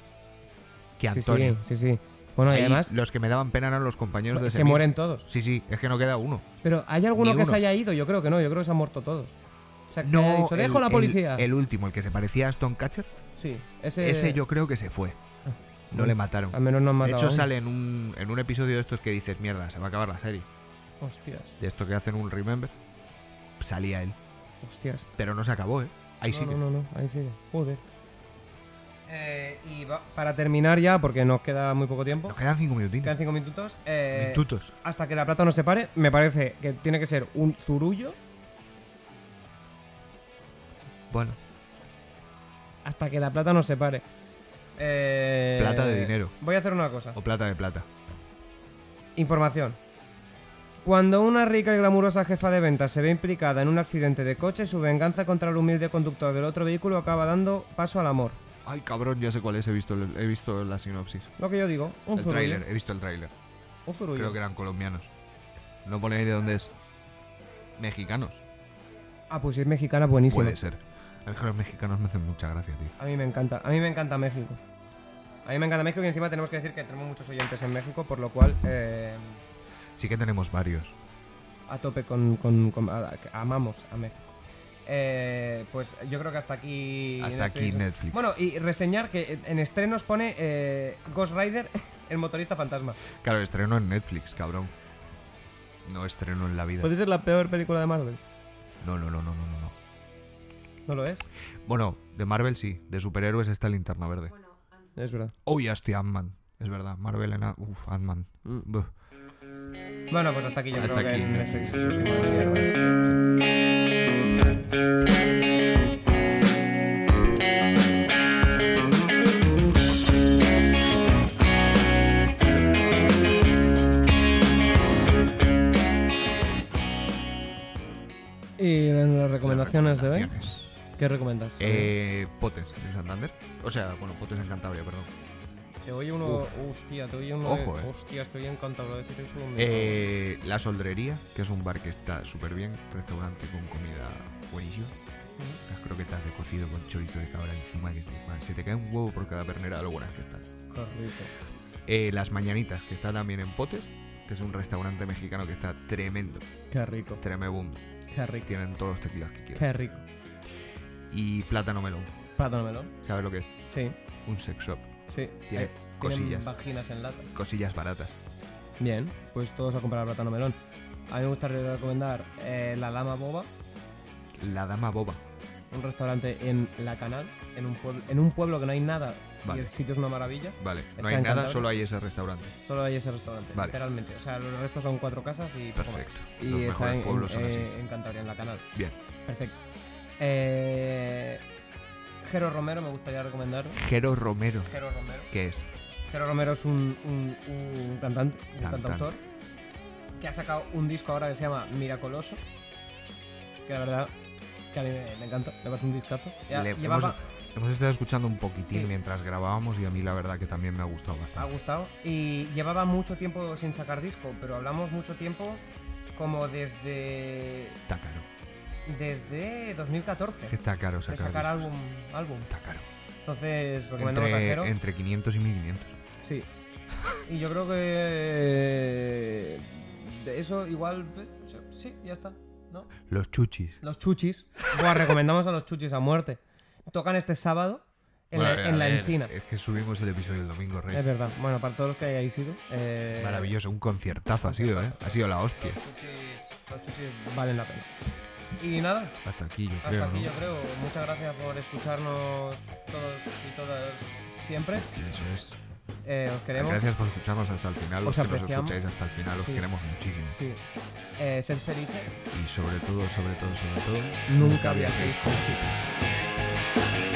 [SPEAKER 2] que
[SPEAKER 3] Sí,
[SPEAKER 2] Antonio.
[SPEAKER 3] Sí, sí, sí. Bueno, y
[SPEAKER 2] Ahí
[SPEAKER 3] además
[SPEAKER 2] los que me daban pena eran los compañeros de
[SPEAKER 3] se
[SPEAKER 2] Semir.
[SPEAKER 3] mueren todos.
[SPEAKER 2] Sí, sí, es que no queda uno.
[SPEAKER 3] Pero ¿hay alguno
[SPEAKER 2] Ni
[SPEAKER 3] que
[SPEAKER 2] uno.
[SPEAKER 3] se haya ido? Yo creo que no, yo creo que se han muerto todos. O sea, que haya
[SPEAKER 2] No,
[SPEAKER 3] dicho, dejo a la policía.
[SPEAKER 2] El, último, el que se parecía a Stone Catcher,
[SPEAKER 3] sí, ese,
[SPEAKER 2] ese yo creo que se fue. No le mataron.
[SPEAKER 3] Al menos no han
[SPEAKER 2] De
[SPEAKER 3] matado. a
[SPEAKER 2] hecho,
[SPEAKER 3] uno.
[SPEAKER 2] sale en un, en un episodio de estos que dices, mierda, se va a acabar la serie.
[SPEAKER 3] Hostias,
[SPEAKER 2] De esto que hacen un Remember, salía él.
[SPEAKER 3] hostias.
[SPEAKER 2] Pero no se acabó, ¿eh? Ahí
[SPEAKER 3] no,
[SPEAKER 2] sigue.
[SPEAKER 3] No, no, no, ahí sigue. Joder. Eh, y va- para terminar ya, porque nos queda muy poco tiempo,
[SPEAKER 2] Nos quedan cinco minutitos.
[SPEAKER 3] quedan cinco minutos. eh,
[SPEAKER 2] Mintutos.
[SPEAKER 3] hasta que la plata no se pare, me parece que tiene que ser un zurullo
[SPEAKER 2] Bueno,
[SPEAKER 3] hasta que la plata no se pare. Eh,
[SPEAKER 2] Plata de dinero.
[SPEAKER 3] Voy a hacer una cosa.
[SPEAKER 2] o plata de plata.
[SPEAKER 3] Información. Cuando una rica y glamurosa jefa de ventas se ve implicada en un accidente de coche, su venganza contra el humilde conductor del otro vehículo acaba dando paso al amor.
[SPEAKER 2] Ay, cabrón, ya sé cuál es. He visto, el- he visto la sinopsis.
[SPEAKER 3] Lo que yo digo, un
[SPEAKER 2] el
[SPEAKER 3] zurullo.
[SPEAKER 2] tráiler, he visto el tráiler.
[SPEAKER 3] Un zurullo.
[SPEAKER 2] Creo que eran colombianos. No pone ahí de dónde es. Mexicanos.
[SPEAKER 3] Ah, pues si es mexicana, buenísimo.
[SPEAKER 2] Puede ser. A mí que los mexicanos me hacen mucha gracia, tío.
[SPEAKER 3] A mí me encanta, a mí me encanta México. A mí me encanta México y encima tenemos que decir que tenemos muchos oyentes en México, por lo cual eh,
[SPEAKER 2] Sí que tenemos varios.
[SPEAKER 3] a tope con... con- con- a- amamos a México. Eh, pues yo creo que hasta aquí...
[SPEAKER 2] Hasta aquí Netflix.
[SPEAKER 3] Bueno, y reseñar que en estrenos pone eh, Ghost Rider, (laughs) el motorista fantasma.
[SPEAKER 2] Claro, estreno en Netflix, cabrón. No estreno en la vida.
[SPEAKER 3] Puede ser la peor película de Marvel.
[SPEAKER 2] No, no, no, no, no, no, no.
[SPEAKER 3] ¿No lo es?
[SPEAKER 2] Bueno, de Marvel sí. De superhéroes está Linterna Verde.
[SPEAKER 4] Bueno, antes.
[SPEAKER 3] Es verdad.
[SPEAKER 2] Oh, ya estoy Ant-Man. Es verdad, Marvel en... a- Uf, Ant-Man. Buh.
[SPEAKER 3] Bueno, pues hasta aquí Mm. yo
[SPEAKER 2] Hasta
[SPEAKER 3] creo
[SPEAKER 2] aquí.
[SPEAKER 3] que en Netflix.
[SPEAKER 2] Eso sí, más mierdas.
[SPEAKER 3] Y en las recomendaciones de hoy,
[SPEAKER 2] Recomendaciones.
[SPEAKER 3] ¿qué recomendas?
[SPEAKER 2] Eh, Potes en Santander. O sea, bueno, Potes en Cantabria, perdón.
[SPEAKER 3] Te oye uno. uh,
[SPEAKER 2] Uf.
[SPEAKER 3] Hostia, te oye uno.
[SPEAKER 2] Ojo,
[SPEAKER 3] de-
[SPEAKER 2] eh.
[SPEAKER 3] Hostia, estoy encantado de decir eso.
[SPEAKER 2] Eh, la Soldrería, que es un bar que está súper bien, restaurante con comida buenísima. Las croquetas de cocido con chorizo de cabra encima, que es normal. Se te cae un huevo por cada pernera, lo buenas que están.
[SPEAKER 3] Qué rico.
[SPEAKER 2] Eh, Las Mañanitas, que está también en Potes, que es un restaurante mexicano que está tremendo,
[SPEAKER 3] Qué rico.
[SPEAKER 2] tremebundo.
[SPEAKER 3] Qué rico.
[SPEAKER 2] Tienen todos los tequilas que quieras.
[SPEAKER 3] Qué rico.
[SPEAKER 2] Y Plátano Melón,
[SPEAKER 3] Perdónamelo.
[SPEAKER 2] ¿sabes lo que es?
[SPEAKER 3] Sí,
[SPEAKER 2] Un sex shop.
[SPEAKER 3] sí.
[SPEAKER 2] Tiene
[SPEAKER 3] Eh,
[SPEAKER 2] cosillas.
[SPEAKER 3] Tienen vaginas en lata.
[SPEAKER 2] Cosillas baratas.
[SPEAKER 3] Bien, pues todos a comprar plátano melón. A mí me gustaría recomendar eh, La Dama Boba,
[SPEAKER 2] La Dama Boba.
[SPEAKER 3] un restaurante en La Canal, en un, pueblo, en un pueblo que no hay nada
[SPEAKER 2] Vale.
[SPEAKER 3] y el sitio es una maravilla.
[SPEAKER 2] Vale,
[SPEAKER 3] Está
[SPEAKER 2] no hay
[SPEAKER 3] en
[SPEAKER 2] nada,
[SPEAKER 3] Cantabria.
[SPEAKER 2] solo hay ese restaurante.
[SPEAKER 3] Solo hay ese restaurante,
[SPEAKER 2] Vale.
[SPEAKER 3] literalmente. O sea, los restos son cuatro casas y poco más.
[SPEAKER 2] Perfecto.
[SPEAKER 3] Y
[SPEAKER 2] Los
[SPEAKER 3] está
[SPEAKER 2] mejores
[SPEAKER 3] en, eh,
[SPEAKER 2] pueblos son
[SPEAKER 3] en-
[SPEAKER 2] así.
[SPEAKER 3] en Cantabria, en La Canal.
[SPEAKER 2] Bien.
[SPEAKER 3] Perfecto. Eh, Jero Romero me gustaría recomendar.
[SPEAKER 2] Jero Romero,
[SPEAKER 3] Jero Romero.
[SPEAKER 2] ¿qué es?
[SPEAKER 3] Jero Romero es un, un- un cantante, un
[SPEAKER 2] Cantante.
[SPEAKER 3] cantautor, que ha sacado un disco ahora que se llama Miracoloso, que la verdad que a mí me, me encanta, me parece un discazo. Ya
[SPEAKER 2] Le-
[SPEAKER 3] llevaba,
[SPEAKER 2] hemos, hemos estado escuchando un poquitín
[SPEAKER 3] Sí.
[SPEAKER 2] mientras grabábamos y a mí la verdad que también me ha gustado
[SPEAKER 3] ha
[SPEAKER 2] bastante.
[SPEAKER 3] gustado, y llevaba mucho tiempo sin sacar disco, pero hablamos mucho tiempo como desde,
[SPEAKER 2] Está caro.
[SPEAKER 3] desde
[SPEAKER 2] que
[SPEAKER 3] 2014,
[SPEAKER 2] Está caro
[SPEAKER 3] de
[SPEAKER 2] sacar.
[SPEAKER 3] sacar
[SPEAKER 2] discos.
[SPEAKER 3] álbum, álbum.
[SPEAKER 2] Está caro.
[SPEAKER 3] Entonces recomendamos a Jero.
[SPEAKER 2] Entre, entre 500 y 1500.
[SPEAKER 3] Sí. Y yo creo que. De eso igual. pues, Sí, ya está. ¿No?
[SPEAKER 2] Los chuchis.
[SPEAKER 3] Los chuchis. Buah, recomendamos a los chuchis a muerte. Tocan este sábado en
[SPEAKER 2] Bueno,
[SPEAKER 3] la,
[SPEAKER 2] a
[SPEAKER 3] en la
[SPEAKER 2] ver, eh,
[SPEAKER 3] encina.
[SPEAKER 2] Es que subimos el episodio el domingo,
[SPEAKER 3] Es
[SPEAKER 2] Rey.
[SPEAKER 3] verdad. Bueno, para todos los que hayáis ido. eh,
[SPEAKER 2] Maravilloso, un conciertazo ha sido, ¿eh? Ha sido la hostia.
[SPEAKER 3] Los chuchis, los chuchis valen la pena. Y nada,
[SPEAKER 2] Hasta aquí, yo
[SPEAKER 3] hasta
[SPEAKER 2] creo.
[SPEAKER 3] aquí
[SPEAKER 2] ¿no?
[SPEAKER 3] yo creo. Muchas gracias por escucharnos todos y todas siempre.
[SPEAKER 2] Eso es.
[SPEAKER 3] Eh, os queremos.
[SPEAKER 2] Gracias por escucharnos hasta el final. Los
[SPEAKER 3] Os
[SPEAKER 2] que nos
[SPEAKER 3] apreciamos.
[SPEAKER 2] escucháis hasta el final, os
[SPEAKER 3] Sí.
[SPEAKER 2] queremos muchísimo.
[SPEAKER 3] Sí. Eh, ser felices.
[SPEAKER 2] Y sobre todo, sobre todo, sobre todo,
[SPEAKER 3] Nunca viajéis con
[SPEAKER 2] hippies.